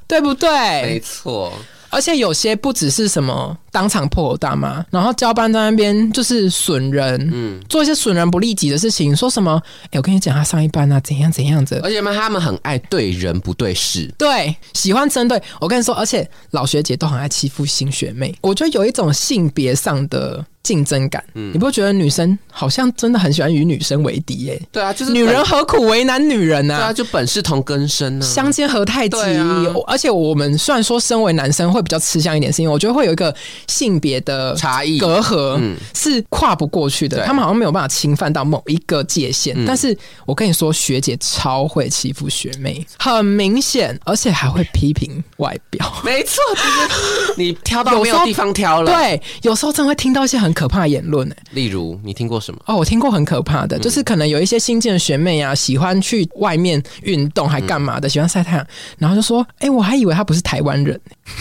Speaker 2: 对不
Speaker 1: 没
Speaker 2: 对？
Speaker 1: 错，
Speaker 2: 而且有些不只是什么当场破口大骂，然后交班在那边就是损人，
Speaker 1: 嗯。
Speaker 2: 做一些损人不利己的事情，说什么？哎、我跟你讲，他上一班啊，怎样怎样的。
Speaker 1: 而且嘛，他们很爱对人不对事，
Speaker 2: 对，喜欢针对我跟你说，而且老学姐都很爱欺负新学妹。我觉得有一种性别上的竞争感。
Speaker 1: 嗯
Speaker 2: 你不会觉得女生好像真的很喜欢与女生为敌耶、
Speaker 1: 对啊，就是
Speaker 2: 女
Speaker 1: 本
Speaker 2: 人何苦为难女人呢、
Speaker 1: 对啊，就本是同根生呢、啊。
Speaker 2: 相煎何太急、
Speaker 1: 对啊
Speaker 2: 而且我们虽然说身为男生会比较吃香一点，是因为我觉得会有一个性别的
Speaker 1: 差异
Speaker 2: 隔阂
Speaker 1: 嗯
Speaker 2: 是跨不过去的，
Speaker 1: 对嗯
Speaker 2: 他们好像没有办法侵犯到某一个界限。但是我跟你说，学姐超会欺负学妹，很明显，而且还会批评外表。
Speaker 1: 没错，就是你挑到
Speaker 2: 有
Speaker 1: 没
Speaker 2: 时
Speaker 1: 有
Speaker 2: 候
Speaker 1: 地方挑了。
Speaker 2: 对，有时候真的会听到一些很可怕的言论、欸，
Speaker 1: 例如，你听过什么？
Speaker 2: 哦，我听过很可怕
Speaker 1: 嗯
Speaker 2: 的，就是可能有一些新进的学妹啊，喜欢去外面运动还干
Speaker 1: 嗯
Speaker 2: 嘛的，喜欢晒太阳，然后就说：“哎、我还以为她不是台湾 人。”欸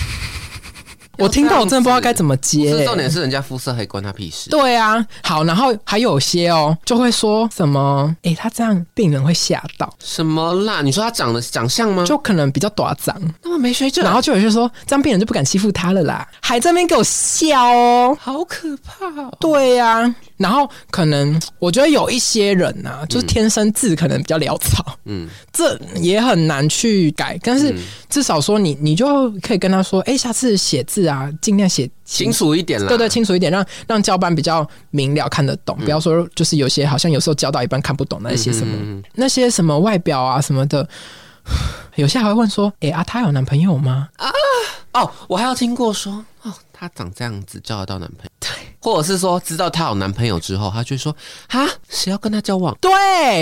Speaker 2: 我听到我真的不知道该怎么
Speaker 1: 不
Speaker 2: 接、
Speaker 1: 是重点是人家肤色黑，关他屁事。
Speaker 2: 对啊，好，然后还有些哦，就会说什么：“哎、她这样病人会吓到。”
Speaker 1: 什么啦？你说他长得长相吗？
Speaker 2: 就可能比较短长，
Speaker 1: 嗯那么没水准，
Speaker 2: 然后就有些说这样病人就不敢欺负她了啦，还在那边给我笑哦。
Speaker 1: 好可怕哦。
Speaker 2: 对呀、然后可能我觉得有一些人呐、就是天生字可能比较潦草，
Speaker 1: 嗯，
Speaker 2: 这也很难去改。但是至少说你，你就可以跟他说，哎、下次写字啊，尽量写
Speaker 1: 清。楚一点啦。
Speaker 2: 对对，清楚一点，让让教班比较明了看得懂，不要说就是有些好像有时候教到一半看不懂那些什么、
Speaker 1: 嗯
Speaker 2: 那些什么外表啊什么的， 有些还会问说，哎、啊，她有男朋友吗？
Speaker 1: 哦，我还有听过说，哦，她长这样子交得到男朋友，对，或者是说知道她有男朋友之后，她就会说，哈，谁要跟她交往？
Speaker 2: 对，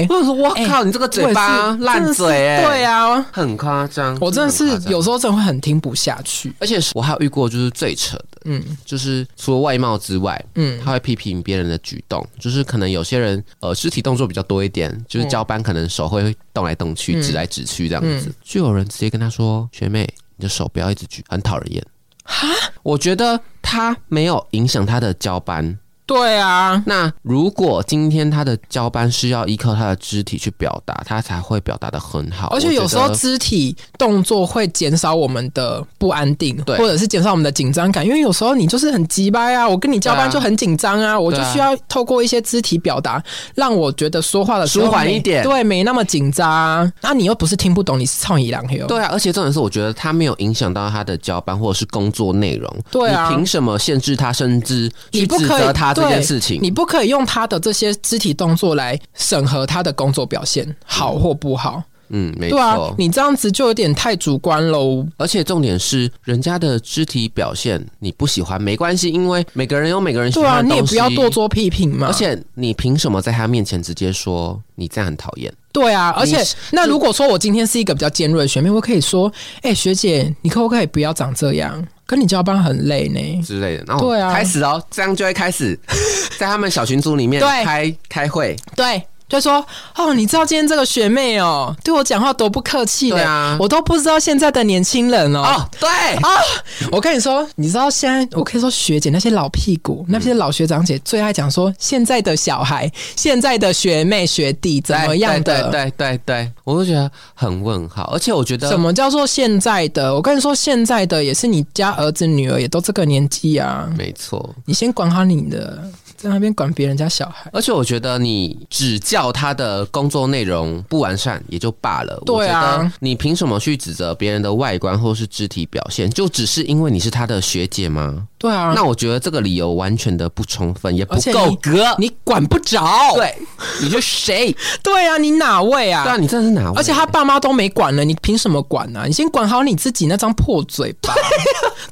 Speaker 1: 我想说，我
Speaker 2: 哎
Speaker 1: 靠，你这个嘴巴
Speaker 2: 我也是
Speaker 1: 烂
Speaker 2: 真的是
Speaker 1: 嘴、欸，嗯
Speaker 2: 对啊，
Speaker 1: 很夸张。
Speaker 2: 我真的
Speaker 1: 很
Speaker 2: 是
Speaker 1: 夸张
Speaker 2: 有时候真的会很听不下去，
Speaker 1: 而且我还有遇过，就是最扯的，
Speaker 2: 嗯
Speaker 1: 就是除了外貌之外，
Speaker 2: 嗯，
Speaker 1: 他会批评别人的举动，就是可能有些人呃肢体动作比较多一点，就是交班可能手会动来动去、
Speaker 2: 嗯
Speaker 1: 指来指去这样子，就有人直接跟他说：“学妹，你的手不要一直举，很讨人厌。”哈，我觉得他没有影响他的交班。
Speaker 2: 对啊，
Speaker 1: 那如果今天他的交班是要依靠他的肢体去表达，他才会表达的很好。
Speaker 2: 而且有时
Speaker 1: 我
Speaker 2: 候
Speaker 1: 觉得
Speaker 2: 肢体动作会减少我们的不安定，
Speaker 1: 对
Speaker 2: 或者是减少我们的紧张感，因为有时候你就是很急掰啊，我跟你交
Speaker 1: 对啊
Speaker 2: 班就很紧张啊，我就需要透过一些肢体表达，让我觉得说话的时候
Speaker 1: 舒缓
Speaker 2: 没
Speaker 1: 一点
Speaker 2: 对，没那么紧张啊。那、你又不是听不懂，你是唱一郎黑哦，
Speaker 1: 对啊，而且重点是，我觉得他没有影响到他的交班或者是工作内容。
Speaker 2: 对啊
Speaker 1: 你凭什么限制他，甚至去
Speaker 2: 你不
Speaker 1: 指
Speaker 2: 可以
Speaker 1: 责他这件
Speaker 2: 对
Speaker 1: 事情？
Speaker 2: 你不可以用他的这些肢体动作来审核他的工作表现好或不好，
Speaker 1: 嗯，没
Speaker 2: 对啊
Speaker 1: 错，。
Speaker 2: 你这样子就有点太主观喽。
Speaker 1: 而且重点是，人家的肢体表现你不喜欢没关系，因为每个人有每个人喜
Speaker 2: 对啊，
Speaker 1: 欢的
Speaker 2: 你也
Speaker 1: 东
Speaker 2: 不
Speaker 1: 西。
Speaker 2: 要多做批评嘛。
Speaker 1: 而且你凭什么在他面前直接说你这样很讨厌？
Speaker 2: 对啊，而且
Speaker 1: 你是
Speaker 2: 那如果说我今天是一个比较尖锐的学妹，我可以说，哎、学姐，你可不可以不要长这样？跟你交班很累呢。
Speaker 1: 之类的，然后
Speaker 2: 对啊
Speaker 1: 开始哦，这样就会开 始在他们小群组里面
Speaker 2: 对
Speaker 1: 开开会，
Speaker 2: 对，就说哦，你知道今天这个学妹哦，对我讲话多不客气的，
Speaker 1: 对啊
Speaker 2: 我都不知道现在的年轻人哦。
Speaker 1: 哦，对，
Speaker 2: 我跟你说，你知道现在我可以说学姐那些老屁股，那些老学长姐最爱讲说，现在的小孩，现在的学妹学弟怎么样的，
Speaker 1: 对对对对对，我就觉得很问号，而且我觉得
Speaker 2: 什么叫做现在的？我跟你说，现在的也是你家儿子女儿也都这个年纪啊。
Speaker 1: 没错，
Speaker 2: 你先管好你的，在那边管别人家小孩。
Speaker 1: 而且我觉得你指教他的工作内容不完善也就罢了，
Speaker 2: 对啊
Speaker 1: 我觉得你凭什么去指责别人的外观或是肢体表现？就只是因为你是他的学姐吗？
Speaker 2: 对啊，
Speaker 1: 那我觉得这个理由完全的不充分，也不
Speaker 2: 而且
Speaker 1: 够
Speaker 2: 你
Speaker 1: 格。
Speaker 2: 你管不着。
Speaker 1: 对，你是 谁？
Speaker 2: 对啊，你哪位
Speaker 1: 对啊，
Speaker 2: 啊？
Speaker 1: 你真的是哪位？
Speaker 2: 而且他爸妈都没管了，你凭什么管呢、啊？你先管好你自己那张破嘴 巴，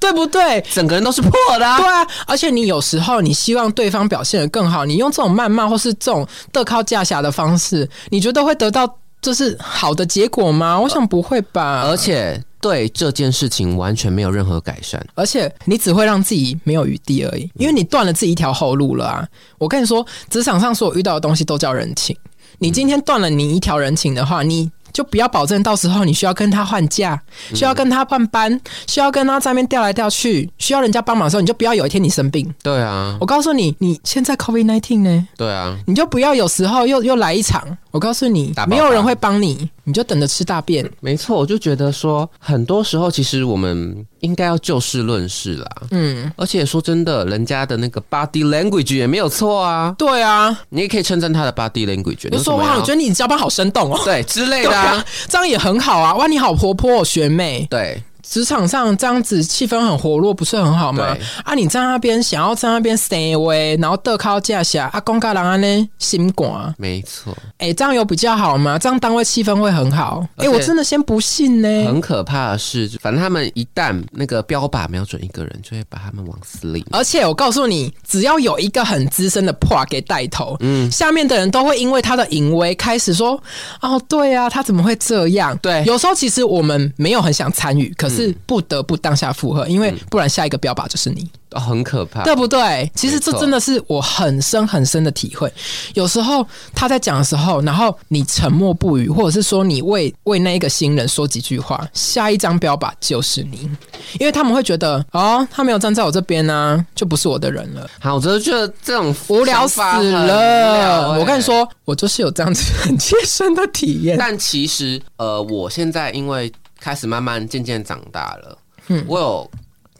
Speaker 2: 对不对？
Speaker 1: 整个人都是破的、啊
Speaker 2: 对。啊，而且你有时候你希望对方表现得更好，你用这种谩骂或是这种德高架下的方式，你觉得会得到就是好的结果吗？我想不会吧。
Speaker 1: 而且对这件事情完全没有任何改善。
Speaker 2: 而且你只会让自己没有余地而已，因为你断了自己一条后路了啊！我跟你说，职场上所有遇到的东西都叫人情。你今天断了你一条人情的话，你就不要保证到时候你需要跟他换假，需要跟他换班，需要跟他在那边调来调去，需要人家帮忙的时候，你就不要有一天你生病。
Speaker 1: 对啊，
Speaker 2: 我告诉你，你现在 COVID nineteen 呢，
Speaker 1: 对啊，
Speaker 2: 你就不要有时候又又来一场。我告诉你
Speaker 1: 大，爆
Speaker 2: 没
Speaker 1: 发
Speaker 2: 有人会帮你，你就等着吃大便。
Speaker 1: 没错。我就觉得说，很多时候其实我们应该要就事论事啦。
Speaker 2: 嗯，
Speaker 1: 而且说真的，人家的那个 body language 也没有错啊，
Speaker 2: 对啊，
Speaker 1: 你也可以称赞他的 body language。
Speaker 2: 就说哇，我觉得
Speaker 1: 得
Speaker 2: 你交班好生动哦。
Speaker 1: 对之类
Speaker 2: 对
Speaker 1: 的、啊
Speaker 2: 啊，，这样也很好啊！哇，你好活泼、哦，学妹。
Speaker 1: 对，
Speaker 2: 职场上这样子气氛很活络，不是很好吗
Speaker 1: 对？
Speaker 2: 啊，你在那边想要在那边 stay away，然后得靠架下，啊，公家人安呢心寡，
Speaker 1: 没错，
Speaker 2: 哎、这样有比较好吗？这样单位气氛会很好。哎、
Speaker 1: 而且
Speaker 2: 我真的先不信呢、
Speaker 1: 很可怕的是，反正他们一旦那个标靶瞄准一个人，就会把他们往死里。
Speaker 2: 而且我告诉你，只要有一个很资深的破给带头，嗯，下面的人都会因为他的淫威开始说：“哦，对啊，他怎么会这样？”
Speaker 1: 对
Speaker 2: 有时候其实我们没有很想参与，可是不得不当下附和，因为不然下一个标靶就是你，
Speaker 1: 哦，很可怕。
Speaker 2: 对不对？其实
Speaker 1: 没
Speaker 2: 这
Speaker 1: 错
Speaker 2: 真的是我很深很深的体会。有时候他在讲的时候，然后你沉默不语，或者是说你为为那一个新人说几句话，下一张标靶就是你，因为他们会觉得哦，他没有站在我这边呢、就不是我的人了。
Speaker 1: 好，我真的觉得这种
Speaker 2: 无聊死
Speaker 1: 想法很 无聊
Speaker 2: 了！
Speaker 1: 欸
Speaker 2: 我跟你说，我就是有这样子很切身的体 验。
Speaker 1: 但其实，呃，我现在因为开始慢慢渐渐长大了，嗯，我有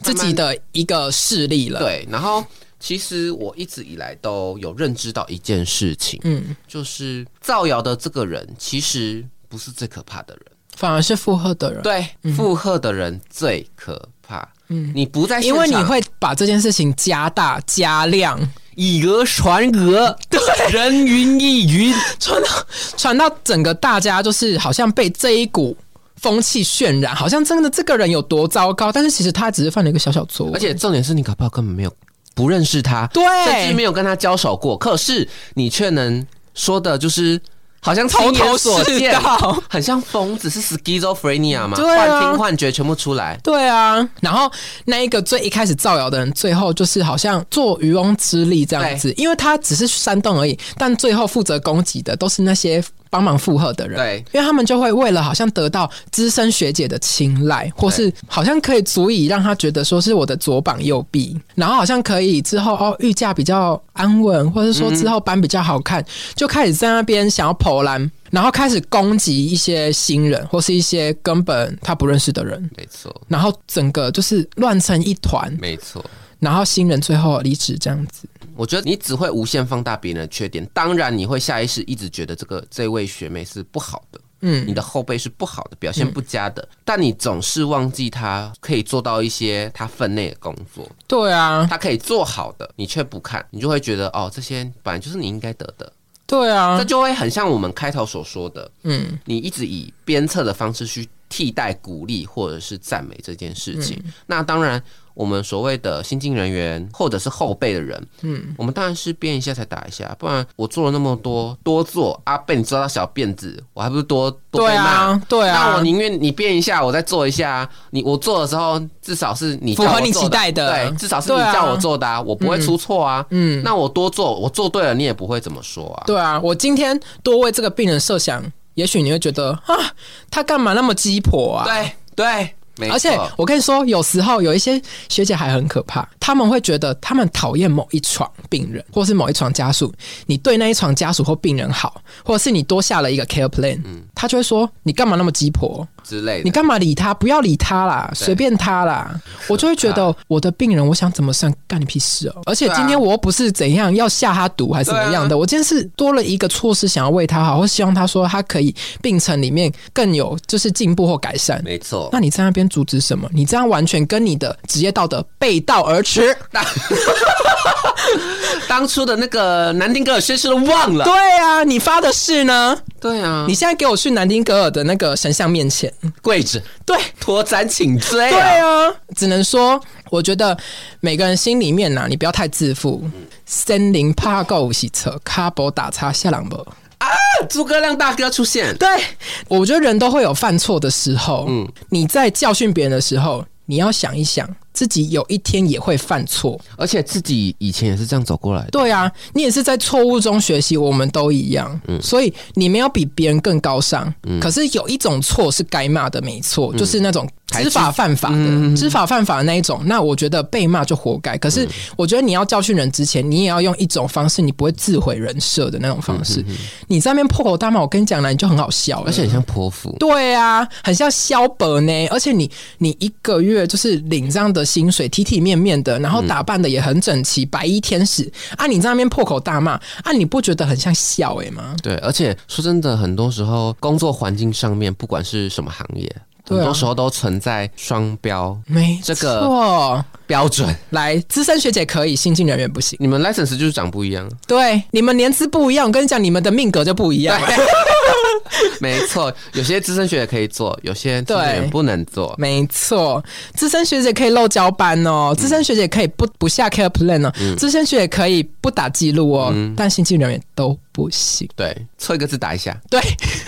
Speaker 2: 自己的一个事例了。，
Speaker 1: 对，然后其实我一直以来都有认知到一件事情，
Speaker 2: 嗯，
Speaker 1: 就是造谣的这个人其实不是最可怕的人，
Speaker 2: 反而是附和的人，
Speaker 1: 对，附和的人最可怕。嗯，你不在现
Speaker 2: 因
Speaker 1: 场，
Speaker 2: 为你会把这件事情加大加量，
Speaker 1: 以讹传 讹，对，人云亦云，
Speaker 2: 传到传到整个大家，就是好像被这一股风气渲染，好像真的这个人有多糟糕，但是其实他只是犯了一个小小错误，
Speaker 1: 而且重点是你搞不好根本没有不认识他，甚至没
Speaker 2: 对。
Speaker 1: 有跟他交手过，可是你却能说的就是好像亲
Speaker 2: 头头
Speaker 1: 眼所
Speaker 2: 是
Speaker 1: 见，
Speaker 2: 道，
Speaker 1: 很像疯子，是 schizophrenia 嘛？
Speaker 2: 对啊
Speaker 1: 幻听幻觉全部出来。
Speaker 2: 对啊，然后那一个最一开始造谣的人，最后就是好像做渔翁之利这样子，因为他只是煽动而已，但最后负责攻击的都是那些帮忙附和的人。
Speaker 1: 对，
Speaker 2: 因为他们就会为了好像得到资深学姐的青睐，或是好像可以足以让他觉得说是我的左膀右臂，然后好像可以之后哦御驾比较安稳，或者说之后班比较好看，就开始在那边想要投篮，然后开始攻击一些新人或是一些根本他不认识的人，
Speaker 1: 没错，
Speaker 2: 然后整个就是乱成一团，
Speaker 1: 没错。
Speaker 2: 然后新人最后离职这样子。
Speaker 1: 我觉得你只会无限放大别人的缺点，当然你会下意识一直觉得这个这位学妹是不好的，
Speaker 2: 嗯
Speaker 1: 你的后辈是不好的，表现不佳的，但你总是忘记她可以做到一些她分内的工作，
Speaker 2: 对啊，
Speaker 1: 她可以做好的，你却不看，你就会觉得哦，这些本来就是你应该得的，
Speaker 2: 对
Speaker 1: 这
Speaker 2: 啊，
Speaker 1: 就会很像我们开头所说的，
Speaker 2: 嗯，
Speaker 1: 你一直以鞭策的方式去替代鼓励或者是赞美这件事情。
Speaker 2: 嗯
Speaker 1: 那当然，我们所谓的新进人员或者是后辈的人，嗯，我们当然是鞭一下才打一下，不然我做了那么多，多做啊，被你抓到小辫子，我还不是多多
Speaker 2: 对
Speaker 1: 被骂。
Speaker 2: 啊，对
Speaker 1: 那
Speaker 2: 啊
Speaker 1: 我，宁愿你变一下，我再做一下啊。你我做的时候，至少是你
Speaker 2: 符合
Speaker 1: 叫我
Speaker 2: 你
Speaker 1: 做
Speaker 2: 期待的
Speaker 1: 对，至少是你
Speaker 2: 对啊
Speaker 1: 叫我做的啊，我不会出错啊。
Speaker 2: 嗯。
Speaker 1: 那我多做，我做对了，你也不会怎么说啊。
Speaker 2: 对啊，我今天多为这个病人设想，也许你会觉得啊，他干嘛那么鸡婆啊？
Speaker 1: 对对，没错
Speaker 2: 而且我跟你说，有时候有一些学姐还很可怕，他们会觉得他们讨厌某一床病人，或是某一床家属。你对那一床家属或病人好，或者是你多下了一个 care plan，、他
Speaker 1: 嗯
Speaker 2: 就会说你干嘛那么鸡婆？
Speaker 1: 之类的
Speaker 2: 你。干嘛理他？不要理他啦，随便他啦。我就会觉得我的病人，我想怎么算干你屁事哦。而且今天我又不是怎样要下他毒还是怎么样的，我今天是多了一个措施想要为他好，或希望他说他可以病程里面更有就是进步或改善。
Speaker 1: 没错，
Speaker 2: 那你在那边阻止什么？你这样完全跟你的职业道德背道而驰。
Speaker 1: 当初的那个南丁格尔宣誓都忘了。
Speaker 2: 对啊，你发的誓呢？
Speaker 1: 对啊，
Speaker 2: 你现在给我去南丁格尔的那个神像面前，
Speaker 1: 跪着
Speaker 2: 对，
Speaker 1: 脱簪请罪
Speaker 2: 对
Speaker 1: 啊！
Speaker 2: 啊，只能说，我觉得每个人心里面呐、你不要太自负。森林怕够洗车，卡博打叉下朗博。
Speaker 1: 诸葛亮大哥出现，
Speaker 2: 对，我觉得人都会有犯错的时候。嗯，你在教训别人的时候，你要想一想，自己有一天也会犯错。
Speaker 1: 而且自己以前也是这样走过来的。
Speaker 2: 对啊，你也是在错误中学习，我们都一样。所以你没有比别人更高尚。可是有一种错是该骂的，没错，就是那种知法犯法的、知法犯法的那一种。那我觉得被骂就活该。可是我觉得你要教训人之前，你也要用一种方式，你不会自毁人设的那种方式。你在那边破口大骂，我跟你讲啦，你就很好笑了
Speaker 1: 而且很像泼妇，
Speaker 2: 对啊，很像肖伯呢。而且你你一个月就是领这样的薪水，体体面面的，然后打扮的也很整齐，白衣天使啊！你在那边破口大骂啊！你不觉得很像笑诶吗？
Speaker 1: 对，而且说真的，很多时候工作环境上面，不管是什么行业，
Speaker 2: 对啊
Speaker 1: 很多时候都存在双标
Speaker 2: 没
Speaker 1: 这个
Speaker 2: 错
Speaker 1: 标准。
Speaker 2: 来，资深学姐可以，新进人员不行。
Speaker 1: 你们 license 就是长不一样，
Speaker 2: 对，你们年资不一样，我跟你讲，你们的命格就不一 样。
Speaker 1: 没错。有些资深学也可以做，有些资深
Speaker 2: 对
Speaker 1: 员不能做。
Speaker 2: 没错，资深学姐可以漏交班哦，资深学姐可以不不下 care plan 哦，资深学姐可以不打记录哦，但新进人员都不行。
Speaker 1: 对，错一个字打一下。
Speaker 2: 对，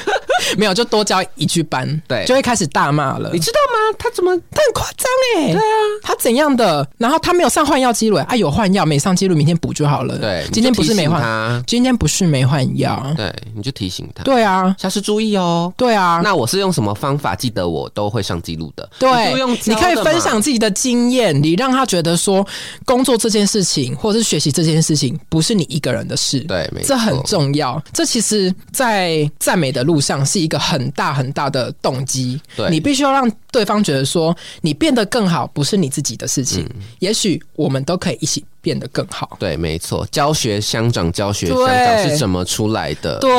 Speaker 2: 没有就多交一句班，
Speaker 1: 对
Speaker 2: 就会开始大骂了
Speaker 1: 你。知道吗？他怎么？
Speaker 2: 他很夸张哎，对啊，他怎样的？然后他没有上换药记录欸啊，有换药没上记录，明天补就好了。
Speaker 1: 对，
Speaker 2: 今天不是没
Speaker 1: 换
Speaker 2: 换，
Speaker 1: 他，
Speaker 2: 今天不是没换药。
Speaker 1: 对，你就提醒他，
Speaker 2: 对啊，
Speaker 1: 下次注意哦。
Speaker 2: 对啊，
Speaker 1: 那我是用什么方法记得我都会上记录的？你就
Speaker 2: 对
Speaker 1: 用，
Speaker 2: 你可
Speaker 1: 教
Speaker 2: 以
Speaker 1: 的嘛
Speaker 2: 分享自己的经验，你让他觉得说，工作这件事情或者是学习这件事情，不是你一个人的事。。
Speaker 1: 对，没错，
Speaker 2: 这很重要，这其实，在赞美的路上是一个很大很大的动机。
Speaker 1: 对
Speaker 2: 你必须要让对方觉得说，你变得更好不是你自己的事情，
Speaker 1: 嗯
Speaker 2: 也许我们都可以一起变得更好。
Speaker 1: 对，没错，教学乡长，教学乡长
Speaker 2: 对
Speaker 1: 是怎么出来的？
Speaker 2: 对，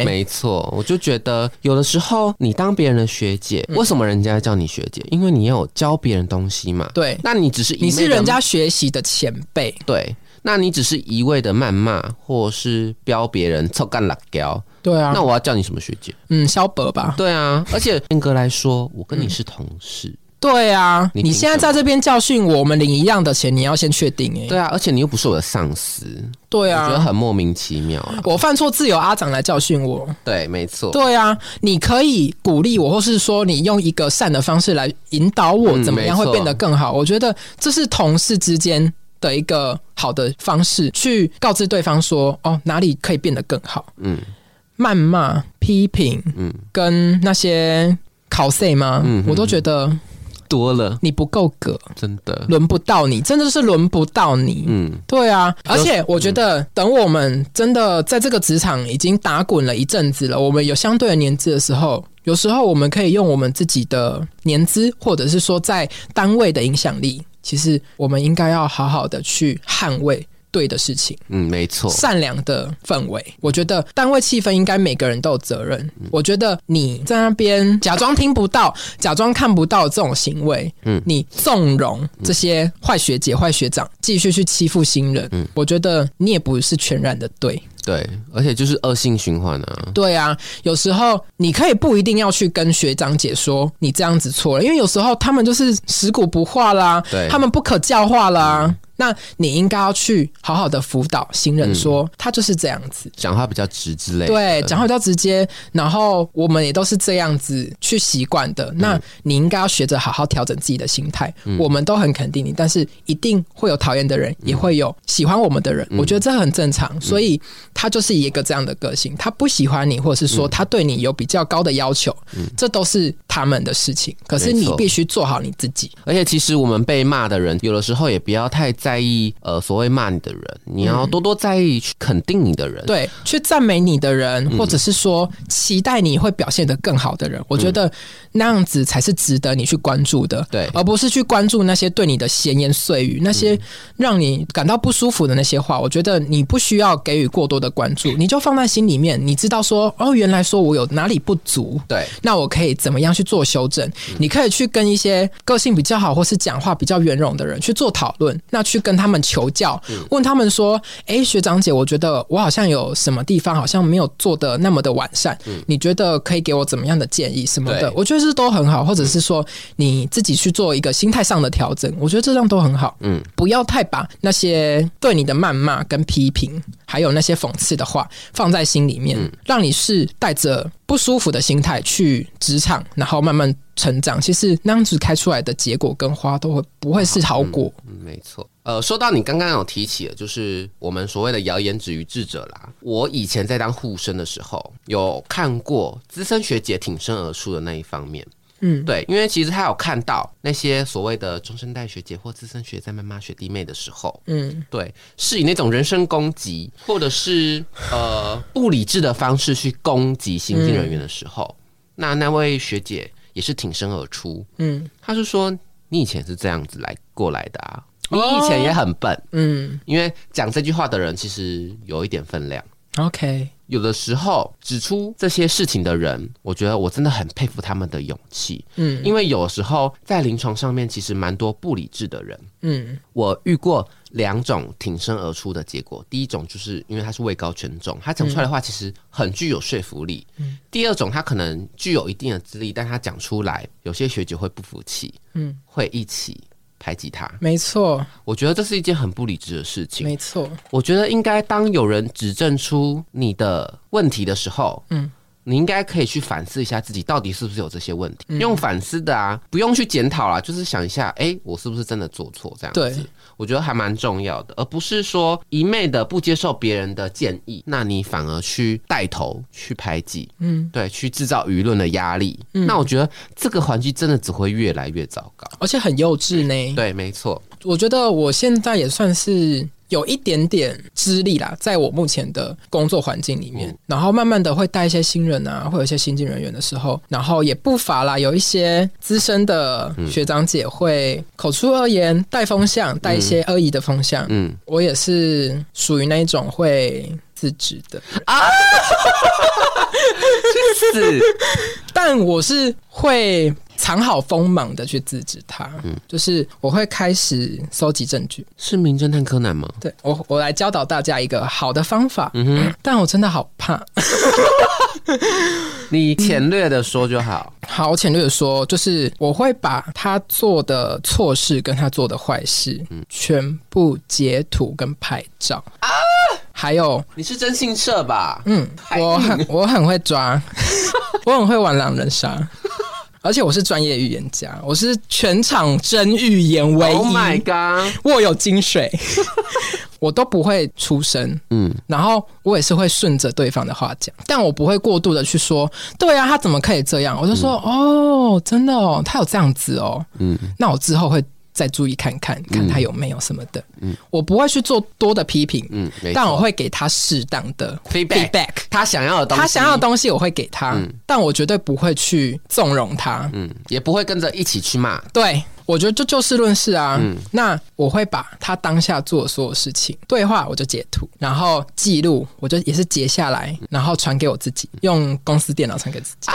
Speaker 1: 呃没错，我就觉得有的时候你当别人的学姐，
Speaker 2: 嗯
Speaker 1: 为什么人家叫你学姐？因为你要有教别人东西嘛。
Speaker 2: 对，
Speaker 1: 那你只是一
Speaker 2: 你
Speaker 1: 味
Speaker 2: 是
Speaker 1: 地
Speaker 2: 人家学习的前辈，
Speaker 1: 对，那你只是一味的谩骂或是标别人臭干辣椒，
Speaker 2: 对啊
Speaker 1: 那，我要叫你什么学姐？
Speaker 2: 嗯，肖伯吧，
Speaker 1: 对啊，而且严格来说，我跟你是同事。
Speaker 2: 对啊，
Speaker 1: 你
Speaker 2: 你
Speaker 1: 凭
Speaker 2: 现在
Speaker 1: 什么
Speaker 2: 在这边教训我我们领一样的钱，你要先确定哎、欸。
Speaker 1: 对啊，而且你又不是我的上司，
Speaker 2: 对
Speaker 1: 我觉得
Speaker 2: 啊，
Speaker 1: 很莫名其妙啊。
Speaker 2: 我犯错自有阿长来教训我。
Speaker 1: 对，没错，
Speaker 2: 对啊，你可以鼓励我，或是说你用一个善的方式来引导我，
Speaker 1: 嗯
Speaker 2: 怎么样
Speaker 1: 没
Speaker 2: 会
Speaker 1: 错
Speaker 2: 变得更好？我觉得这是同事之间的一个好的方式，去告知对方说哦哪里可以变得更好。
Speaker 1: 嗯
Speaker 2: 谩骂、批评
Speaker 1: 嗯，
Speaker 2: 跟那些考 C 吗？
Speaker 1: 嗯
Speaker 2: 我都觉得
Speaker 1: 多了，
Speaker 2: 你不够格，
Speaker 1: 真的，
Speaker 2: 轮不到你，真的是轮不到你。
Speaker 1: 嗯，
Speaker 2: 对啊，
Speaker 1: 有
Speaker 2: 而且我觉得，等我们真的在这个职场已经打滚了一阵子了，我们有相对的年资的时候，有时候我们可以用我们自己的年资，或者是说在单位的影响力，其实我们应该要好好的去捍卫对的事情。
Speaker 1: 嗯，没错，
Speaker 2: 善良的氛围，我觉得单位气氛应该每个人都有责任。我觉得你在那边假装听不到、假装看不到这种行为，
Speaker 1: 嗯
Speaker 2: 嗯，你纵容这些坏学姐、坏学长继续去欺负新人，
Speaker 1: 嗯
Speaker 2: 我觉得你也不是全然的对。
Speaker 1: 对，而且就是恶性循环啊。
Speaker 2: 对啊，有时候你可以不一定要去跟学长姐说你这样子错了，因为有时候他们就是食古不化啦
Speaker 1: 对，嗯
Speaker 2: 他们不可教化啦。那你应该要去好好的辅导新人说，他就是这样子。
Speaker 1: 讲话比较直之类的，
Speaker 2: 对，讲话比较直接，然后我们也都是这样子去习惯的。
Speaker 1: 嗯
Speaker 2: 那你应该要学着好好调整自己的心态。我们都很肯定你，但是一定会有讨厌的人，也会有喜欢我们的人。
Speaker 1: 嗯
Speaker 2: 我觉得这很正常，所以他就是一个这样的个性，他不喜欢你，或者
Speaker 1: 嗯
Speaker 2: 是说他对你有比较高的要求，这都是他们的事情。可是
Speaker 1: 没
Speaker 2: 你
Speaker 1: 错
Speaker 2: 必须做好你自己。
Speaker 1: 而且其实我们被骂的人，有的时候也不要太在意，呃，所谓骂你的人，你要多多在意去肯定你的人。
Speaker 2: 嗯
Speaker 1: 嗯
Speaker 2: 对，去赞美你的人，或者是说期待你会表现得更好的人，我觉得那样子才是值得你去关注的，
Speaker 1: 嗯对嗯
Speaker 2: 而不是去关注那些对你的闲言碎语，那些让你感到不舒服的那些话。我觉得你不需要给予过多的关注，你就放在心里面，你知道说哦，原来说我有哪里不足。
Speaker 1: 对
Speaker 2: 那我可以怎么样去做修正？你可以去跟一些个性比较好或是讲话比较圆融的人去做讨论，那去跟他们求教，问他们说：“诶，学长姐，我觉得我好像有什么地方好像没有做的那么的完善，你觉得可以给我怎么样的建议什么
Speaker 1: 对
Speaker 2: 的？”我觉得这都很好，或者是说你自己去做一个心态上的调整，我觉得这样都很好。
Speaker 1: 嗯
Speaker 2: 嗯，不要太把那些对你的谩骂跟批评，还有那些讽刺的话放在心里面，让你是带着不舒服的心态去职场，然后慢慢成长。其实那样子开出来的结果跟花都会不会是好果？
Speaker 1: 嗯没错。呃，说到你刚刚有提起的，就是我们所谓的谣言止于智者啦。我以前在当护生的时候，有看过资深学姐挺身而出的那一方面。
Speaker 2: 嗯
Speaker 1: 对，因为其实她有看到那些所谓的中生代学姐或资深学在谩骂学弟妹的时候，
Speaker 2: 嗯，
Speaker 1: 对，是以那种人身攻击或者是呃不理智的方式去攻击新进人员的时候，那那位学姐也是挺身而出，
Speaker 2: 嗯
Speaker 1: 她是说你以前是这样子来过来的啊，你以前也很笨，
Speaker 2: 嗯
Speaker 1: 因为讲这句话的人其实有一点分量。
Speaker 2: 嗯，OK，
Speaker 1: 有的时候指出这些事情的人，我觉得我真的很佩服他们的勇气，
Speaker 2: 嗯
Speaker 1: 因为有时候在临床上面其实蛮多不理智的人。
Speaker 2: 嗯
Speaker 1: 我遇过两种挺身而出的结果，第一种就是因为他是位高权重，他讲出来的话其实很具有说服力；
Speaker 2: 嗯
Speaker 1: 第二种他可能具有一定的资历，但他讲出来，有些学姐会不服气，
Speaker 2: 嗯，
Speaker 1: 会一起排挤他。
Speaker 2: 没错，
Speaker 1: 我觉得这是一件很不理智的事情。
Speaker 2: 没错，
Speaker 1: 我觉得应该当有人指正出你的问题的时候，
Speaker 2: 嗯
Speaker 1: 嗯。你应该可以去反思一下自己到底是不是有这些问题，用反思的啊，不用去检讨啦，就是想一下，哎、我是不是真的做错这样
Speaker 2: 对
Speaker 1: 子？我觉得还蛮重要的，而不是说一昧的不接受别人的建议，那你反而去带头去排挤，
Speaker 2: 嗯
Speaker 1: 嗯，对，去制造舆论的压力。那我觉得这个环境真的只会越来越糟糕。
Speaker 2: 而且很幼稚呢。
Speaker 1: 对，没错，
Speaker 2: 我觉得我现在也算是有一点点资历啦，在我目前的工作环境里面，然后慢慢的会带一些新人啊，会有一些新进人员的时候，然后也不乏啦，有一些资深的学长姐会口出恶言，带风向，带一些恶意的风向。
Speaker 1: 嗯，
Speaker 2: 我也是属于那一种会自制的，
Speaker 1: 是，
Speaker 2: 但我是会藏好锋芒的去制止他，就是我会开始搜集证据。
Speaker 1: 是名侦探柯南吗？
Speaker 2: 对我，我来教导大家一个好的方法。
Speaker 1: 嗯哼，
Speaker 2: 但我真的好怕。
Speaker 1: 你简略的说就好。
Speaker 2: 好，我简略的说，就是我会把他做的错事跟他做的坏事，
Speaker 1: 嗯
Speaker 2: 全部截图跟拍照啊，还有，
Speaker 1: 你是真姓社吧？
Speaker 2: 嗯，我很我很会抓，我很会玩狼人杀。而且我是专业预言家，我是全场真预言唯一
Speaker 1: o h Oh my god！
Speaker 2: 握有 金水，我都不会出声，嗯
Speaker 1: 嗯，
Speaker 2: 然后我也是会顺着对方的话讲，但我不会过度的去说，对啊，他怎么可以这样？我就说，
Speaker 1: 嗯
Speaker 2: 哦，真的哦，他有这样子哦，嗯，那我之后会再注意看看，
Speaker 1: 嗯
Speaker 2: 看他有没有什么的，嗯，我不会去做多的批评，
Speaker 1: 嗯，没
Speaker 2: 但
Speaker 1: 错。
Speaker 2: 我会给他适当的
Speaker 1: Feedback 嗯他想要的东西，
Speaker 2: 他想要的东西我会给他，但我绝对不会去纵容他，
Speaker 1: 嗯，也不会跟着一起去骂。
Speaker 2: 对，我觉得就就事论事啊。
Speaker 1: 嗯
Speaker 2: 那我会把他当下做的所有事情对话，我就截图，然后记录，我就也是截下来，
Speaker 1: 嗯
Speaker 2: 然后传给我自己，用公司电脑传给自
Speaker 1: 啊
Speaker 2: 己。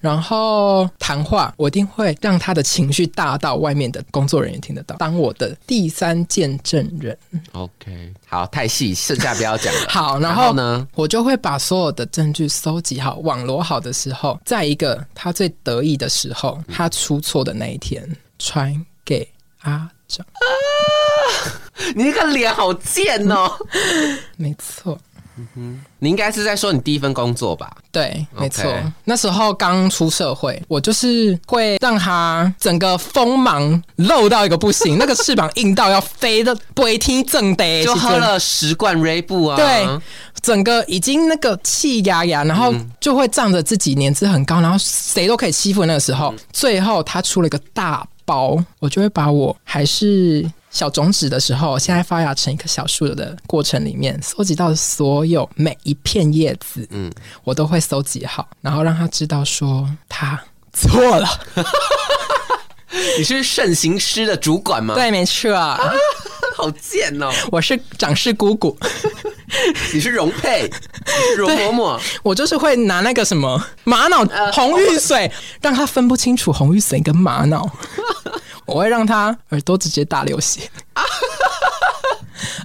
Speaker 2: 然后谈话，我一定会让他的情绪大到外面的工作人员听得到，当我的第三见证人。
Speaker 1: OK，好，太细，剩下不要讲 了。
Speaker 2: 好，然
Speaker 1: 然
Speaker 2: 后
Speaker 1: 后？呢？
Speaker 2: 我就会把所有的证据收集好，网罗好的时候，在一个他最得意的时候，
Speaker 1: 嗯
Speaker 2: 他出错的那一天，传给阿长。
Speaker 1: 你那个脸好贱哦！
Speaker 2: 没错，
Speaker 1: 你应该是在说你第一份工作吧？
Speaker 2: 对，
Speaker 1: OK
Speaker 2: 没错。那时候刚出社会，我就是会让他整个锋芒露到一个不行，那个翅膀硬到要飞 的，飞天正的，
Speaker 1: 就喝
Speaker 2: 是真的。
Speaker 1: 了十罐 Ray 布啊！
Speaker 2: 对，整个已经那个气压压，然后就会仗着自己年资很高，然后谁都可以欺负。那个时候，最后他出了一个大包，我就会把我还是小种子的时候，现在发芽成一棵小树的过程里面，收集到所有每一片叶子，嗯，我都会收集好，然后让他知道说他错了。
Speaker 1: 你是盛行师的主管吗？，
Speaker 2: 对，没错，
Speaker 1: 好贱哦！
Speaker 2: 我是长势姑姑。
Speaker 1: 你是容佩，你是容嬷嬷，
Speaker 2: 我就是会拿那个什 么玛瑙呃红玉水，让他分不清楚红玉水跟玛 瑙。我会让他耳朵直接大流血。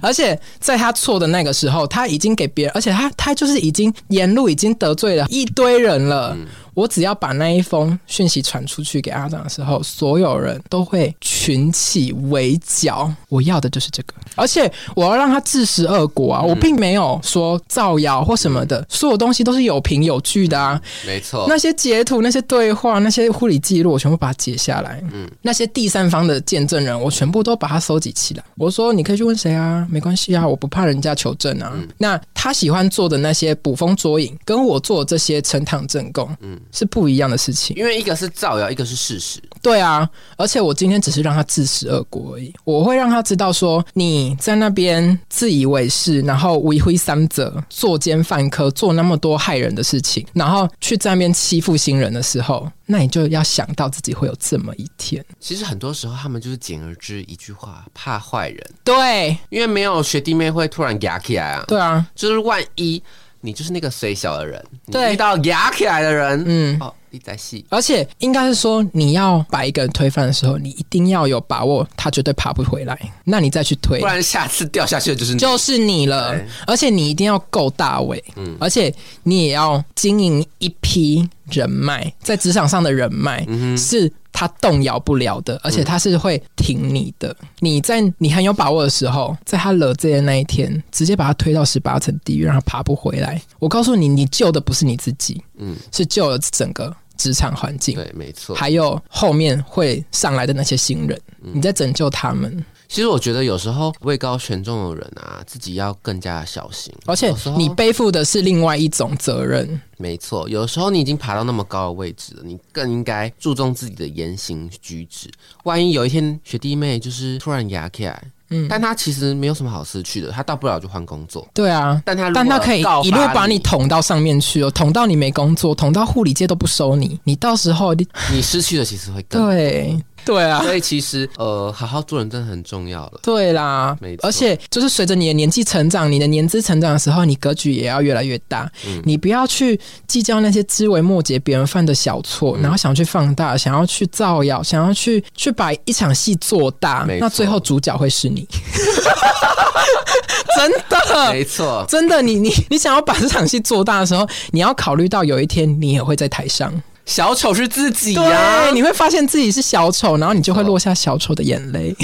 Speaker 2: 而且在他错的那个时候，他已经给别人，而且他他就是已经沿路已经得罪了一堆人了。我只要把那一封讯息传出去给阿长的时候，所有人都会群起围剿。我要的就是这个，而且我要让他自食恶果啊！我并没有说造谣或什么的，所有东西都是有凭有据的啊。
Speaker 1: 没错。
Speaker 2: 那些截图、那些对话、那些护理记录，我全部把它截下来。嗯，那些第三方的见证人，我全部都把它收集起来。我说你可以去问谁啊，没关系啊，我不怕人家求证啊。那他喜欢做的那些捕风捉影，跟我做这些呈堂证供，嗯，是不一样的事情。
Speaker 1: 因为一个是造谣，一个是事实。
Speaker 2: 对啊，而且我今天只是让他自食恶果而已。我会让他知道说你在那边自以为是，然后为非三者，作奸犯科，做那么多害人的事情，然后去在那边欺负新人的时候，那你就要想到自己会有这么一天。
Speaker 1: 其实很多时候他们就是简而知一句话，怕坏人，
Speaker 2: 对，
Speaker 1: 因为没有学弟妹会突然牙起来啊。
Speaker 2: 对啊，
Speaker 1: 就是万一你就是那个虽小的人，你
Speaker 2: 对
Speaker 1: 遇到压起来的人，
Speaker 2: 嗯，
Speaker 1: 哦，你在戏，
Speaker 2: 而且应该是说，你要把一个人推翻的时候，你一定要有把握，他绝对爬不回来，那你再去推
Speaker 1: 不，然下次掉下去的就是你。
Speaker 2: 就是你
Speaker 1: 嗯
Speaker 2: 了
Speaker 1: 对。嗯
Speaker 2: 而且你一定要够大伟，而且你也要经营一批人脉，在职场上的人脉、
Speaker 1: 嗯
Speaker 2: 是他动摇不了的，而且他是会挺你的。你在你很有把握的时候，在他惹这些那一天，直接把他推到十八层地狱，让他爬不回来。我告诉你，你救的不是你自己，
Speaker 1: 嗯
Speaker 2: 是救了整个职场环境。
Speaker 1: 对，没错。嗯
Speaker 2: 还有后面会上来的那些新人，你在拯救他们，
Speaker 1: 其实我觉得有时候位高权重的人啊，自己要更加的小心。
Speaker 2: 而且
Speaker 1: 有时候
Speaker 2: 你背负的是另外一种责任。
Speaker 1: 没错，有时候你已经爬到那么高的位置了，你更应该注重自己的言行举止。万一有一天学弟妹就是突然牙起来，嗯，但他其实没有什么好失去的，他到不了就换工作，
Speaker 2: 对啊，
Speaker 1: 但他如果
Speaker 2: 但他可以
Speaker 1: 告发
Speaker 2: 一路把你
Speaker 1: 你
Speaker 2: 捅到上面去哦，捅到你没工作，捅到护理界都不收你，你到时候 你
Speaker 1: 你失去的其实会更。
Speaker 2: 对对啊，
Speaker 1: 所以其实呃，好好做人真的很重要了。
Speaker 2: 对啦
Speaker 1: 没，错
Speaker 2: 而且就是随着你的年纪成长，你的年资成长的时候，你格局也要越来越大。
Speaker 1: 嗯
Speaker 2: 你不要去计较那些枝微末节别人犯的小
Speaker 1: 嗯
Speaker 2: 错，然后想去放大，想要去造谣，想要去去把一场戏做大
Speaker 1: 没，错
Speaker 2: 那最后主角会是你。真的，
Speaker 1: 没错，
Speaker 2: 真的，你你你想要把这场戏做大的时候，你要考虑到有一天你也会在台上，
Speaker 1: 小丑是自己
Speaker 2: 对
Speaker 1: 呀、
Speaker 2: 你会发现自己是小丑，然后你就会落下小丑的眼 泪，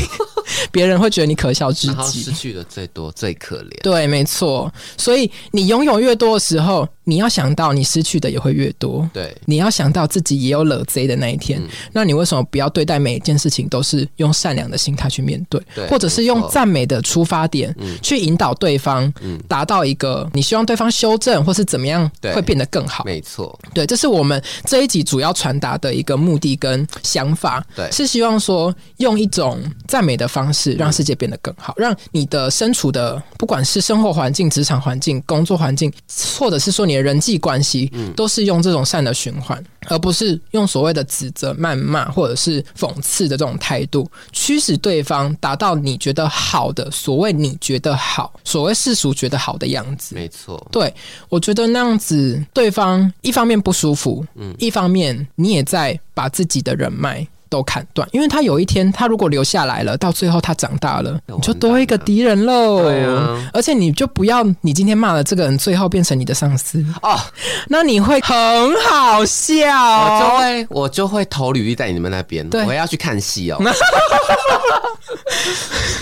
Speaker 2: 别人会觉得你可笑至
Speaker 1: 然后
Speaker 2: 极
Speaker 1: 失。去的最多，最可怜。
Speaker 2: 对，没错。所以你拥有越多的时候，你要想到你失去的也会越多。
Speaker 1: 对，
Speaker 2: 你要想到自己也有惹贼的那一天，
Speaker 1: 嗯
Speaker 2: 那你为什么不要对待每一件事情都是用善良的心态去面对，
Speaker 1: 对
Speaker 2: 或者是
Speaker 1: 没
Speaker 2: 用
Speaker 1: 错嗯
Speaker 2: 赞美的出发点、去引导对方，达到一个你希望对方修正或是怎么样
Speaker 1: 对
Speaker 2: 会变得更好？
Speaker 1: 没错，
Speaker 2: 对，这是我们这一集主要传达的一个目的跟想法，
Speaker 1: 对
Speaker 2: 是希望说用一种赞美的方式，让世界变得更好，让你的身处的不管是生活环境、职场环境、工作环境，或者是说你的人际关系，都是用这种善的循环，而不是用所谓的指责、谩骂或者是讽刺的这种态度，驱使对方达到你觉得好的，所谓你觉得好，所谓世俗觉得好的样子。
Speaker 1: 没错，
Speaker 2: 对，我觉得那样子，对方一方面不舒服，嗯，一方面你也在把自己的人脉都砍断，因为他有一天他如果留下来了，到最后他长大了，
Speaker 1: 那
Speaker 2: 你就
Speaker 1: 完蛋
Speaker 2: 多一个敌人喽。
Speaker 1: 对啊
Speaker 2: 而且你就不要你今天骂了这个人，最后变成你的上司，
Speaker 1: 哦，
Speaker 2: 那你会很好笑
Speaker 1: 我就
Speaker 2: 哦。
Speaker 1: 会我就会投履历在你们那边，
Speaker 2: 对
Speaker 1: 我要去看戏 哦。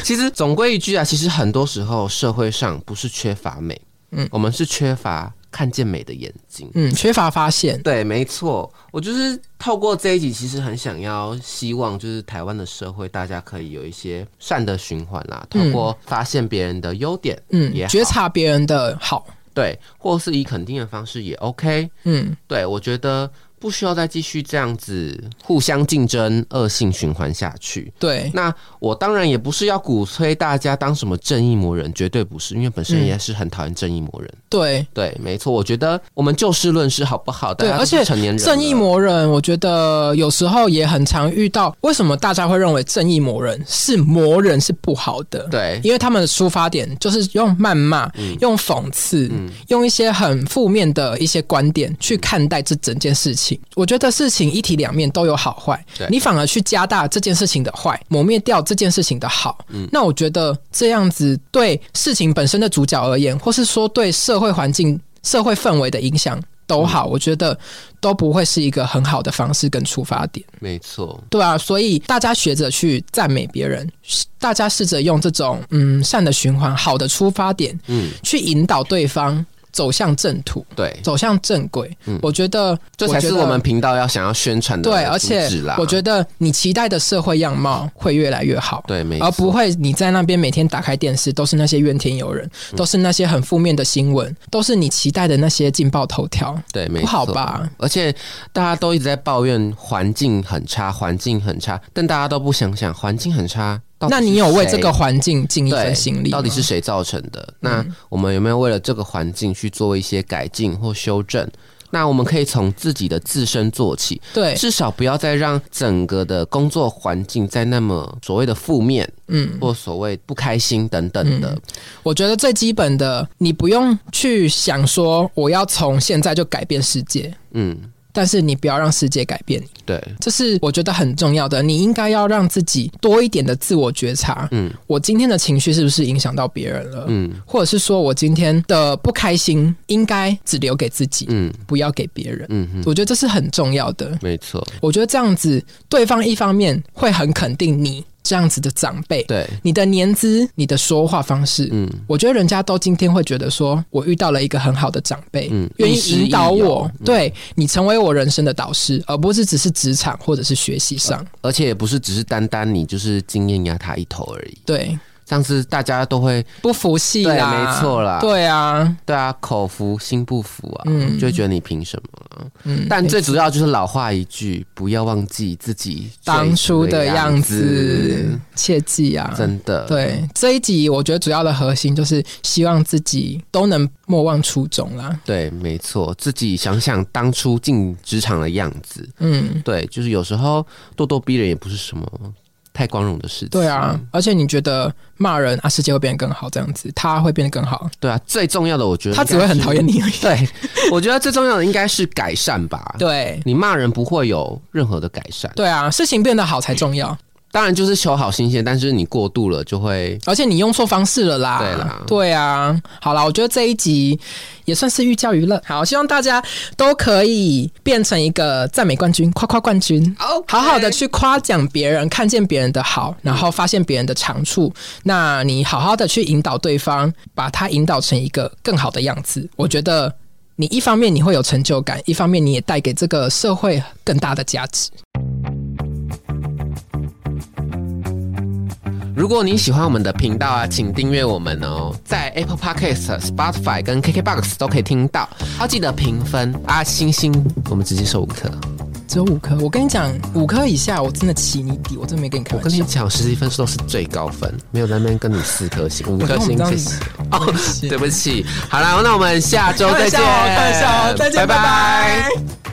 Speaker 1: 其实总归一句啊，其实很多时候社会上不是缺乏美，嗯，我们是缺乏看见美的眼睛。
Speaker 2: 嗯，缺乏发现，
Speaker 1: 对，没错，我就是透过这一集，其实很想要希望，就是台湾的社会，大家可以有一些善的循环啦，透过发现别人的优点，
Speaker 2: 嗯
Speaker 1: 也，好
Speaker 2: 觉察别人的好，
Speaker 1: 对，或是以肯定的方式也 OK，
Speaker 2: 嗯，
Speaker 1: 对，我觉得不需要再继续这样子互相竞争、恶性循环下去。
Speaker 2: 对，
Speaker 1: 那我当然也不是要鼓吹大家当什么正义魔人，绝对不是，因为本
Speaker 2: 嗯
Speaker 1: 身也是很讨厌正义魔人。
Speaker 2: 对。
Speaker 1: 对，没错，我觉得我们就事论事好不好？大
Speaker 2: 对，
Speaker 1: 家
Speaker 2: 而
Speaker 1: 都
Speaker 2: 且
Speaker 1: 是成年人了，
Speaker 2: 正义魔人，我觉得有时候也很常遇到。为什么大家会认为正义魔人是魔人是不好的？，
Speaker 1: 对，
Speaker 2: 因为他们的出发点就是用谩骂、用讽刺、用一些很负面的一些观点去看待这整件事情。我觉得事情一体两面都有好坏
Speaker 1: 对，
Speaker 2: 你反而去加大这件事情的坏，抹灭掉这件事情的好。那我觉得这样子对事情本身的主角而言，或是说对社会环境、社会氛围的影响。都好，我觉得都不会是一个很好的方式跟出发点。
Speaker 1: 没错，
Speaker 2: 对啊，所以大家学着去赞美别人，大家试着用这种嗯善的循环、好的出发点，
Speaker 1: 嗯，
Speaker 2: 去引导对方走向正途，
Speaker 1: 对，
Speaker 2: 走向正轨。我觉得
Speaker 1: 嗯这才是
Speaker 2: 觉得
Speaker 1: 我们频道要想要宣传的
Speaker 2: 对，而
Speaker 1: 主
Speaker 2: 且
Speaker 1: 旨啦。
Speaker 2: 我觉得你期待的社会样貌会越来越好。
Speaker 1: 对，没
Speaker 2: 而
Speaker 1: 错，
Speaker 2: 呃不会你在那边每天打开电视都是那些怨天尤人，
Speaker 1: 嗯
Speaker 2: 都是那些很负面的新闻，都是你期待的那些劲爆头条，
Speaker 1: 对，没
Speaker 2: 不好
Speaker 1: 错
Speaker 2: 吧？
Speaker 1: 而且大家都一直在抱怨环境很差，环境很差，但大家都不想想环境很差。到底
Speaker 2: 那
Speaker 1: 是
Speaker 2: 你有为这
Speaker 1: 谁
Speaker 2: 个环境尽一份心力吗？嗯
Speaker 1: 到底是谁造成的？那我们有没有为了这个环境去做一些改进或修正？那我们可以从自己的自身做起，
Speaker 2: 对，
Speaker 1: 至少不要再让整个的工作环境再那么所谓的负面
Speaker 2: 嗯，
Speaker 1: 或所谓不开心等等的。
Speaker 2: 我觉得最基本的，你不用去想说我要从现在就改变世界，
Speaker 1: 嗯，
Speaker 2: 但是你不要让世界改变你，
Speaker 1: 对，
Speaker 2: 这是我觉得很重要的。你应该要让自己多一点的自我觉察，
Speaker 1: 嗯
Speaker 2: 我今天的情绪是不是影响到别人了？
Speaker 1: 嗯
Speaker 2: 或者是说我今天的不开心应该只留给自己，
Speaker 1: 嗯
Speaker 2: 不要给别人。
Speaker 1: 嗯嗯，
Speaker 2: 我觉得这是很重要的。
Speaker 1: 没错，
Speaker 2: 我觉得这样子，对方一方面会很肯定你这样子的长辈，
Speaker 1: 对，
Speaker 2: 你的年资、你的说话方式，
Speaker 1: 嗯
Speaker 2: 我觉得人家都今天会觉得说，我遇到了一个很好的长辈，
Speaker 1: 嗯
Speaker 2: 愿意
Speaker 1: 亦师嗯
Speaker 2: 引导
Speaker 1: 亦友
Speaker 2: 我，对你成为我人生的导师，而不是只是职场或者是学习上。
Speaker 1: 而且也不是只是单单你就是经验压他一头而已。
Speaker 2: 对，
Speaker 1: 上次大家都会
Speaker 2: 不服气
Speaker 1: 对
Speaker 2: 啦，
Speaker 1: 没错啦
Speaker 2: 对啊，
Speaker 1: 对啊，口服心不服啊，
Speaker 2: 嗯
Speaker 1: 就会觉得你凭什么啊、
Speaker 2: 嗯，
Speaker 1: 但最主要就是老话一句，不要忘记自己
Speaker 2: 当初
Speaker 1: 最
Speaker 2: 的
Speaker 1: 初
Speaker 2: 样子
Speaker 1: 子，，
Speaker 2: 切记啊，
Speaker 1: 真的。
Speaker 2: 对这一集，我觉得主要的核心就是希望自己都能莫忘初衷啦。
Speaker 1: 对，没错，自己想想当初进职场的样子，
Speaker 2: 嗯，
Speaker 1: 对，就是有时候咄咄逼人也不是什么太光荣的事情。嗯
Speaker 2: 对啊，，而且你觉得骂人啊，世界会变得更好，这样子他会变得更好，
Speaker 1: 对啊，最重要的我觉得
Speaker 2: 他只会很讨厌
Speaker 1: 你。
Speaker 2: 你 而已。
Speaker 1: 对，我觉得最重要的应该是改善吧。
Speaker 2: 对
Speaker 1: 你骂人不会有任何的改善，
Speaker 2: 对啊，事情变得好才重要，
Speaker 1: 当然就是求好心切，但是你过度了就会
Speaker 2: 而且你用错方式了啦。
Speaker 1: 对啦
Speaker 2: 对啊，好啦，我觉得这一集也算是寓教于乐。好，希望大家都可以变成一个赞美冠军、夸夸冠军。哦好好的去夸奖别人，看见别人的好，然后发现别人的长处，那你好好的去引导对方，把他引导成一个更好的样子。我觉得你一方面你会有成就感，一方面你也带给这个社会更大的价值。
Speaker 1: 如果你喜欢我们的频道啊，请订阅我们哦，在 Apple Podcast、Spotify 跟 KKBox 都可以听到。要记得评分啊，星星，我们直接收五颗。
Speaker 2: 只有五颗，我跟你讲，五颗以下我真的起你底，我真的没跟你开
Speaker 1: 我
Speaker 2: 玩
Speaker 1: 跟
Speaker 2: 笑
Speaker 1: 你。讲，实际分数都是最高分，没有在那边跟你四颗星、五
Speaker 2: 我
Speaker 1: 颗
Speaker 2: 跟我
Speaker 1: 星，
Speaker 2: 们这
Speaker 1: 谢
Speaker 2: 样
Speaker 1: 谢
Speaker 2: 子。
Speaker 1: 哦， 对不起，好啦，那我们下周
Speaker 2: 开
Speaker 1: 再
Speaker 2: 玩笑
Speaker 1: 见
Speaker 2: 哦，开玩笑哦，再见，
Speaker 1: 拜
Speaker 2: 拜拜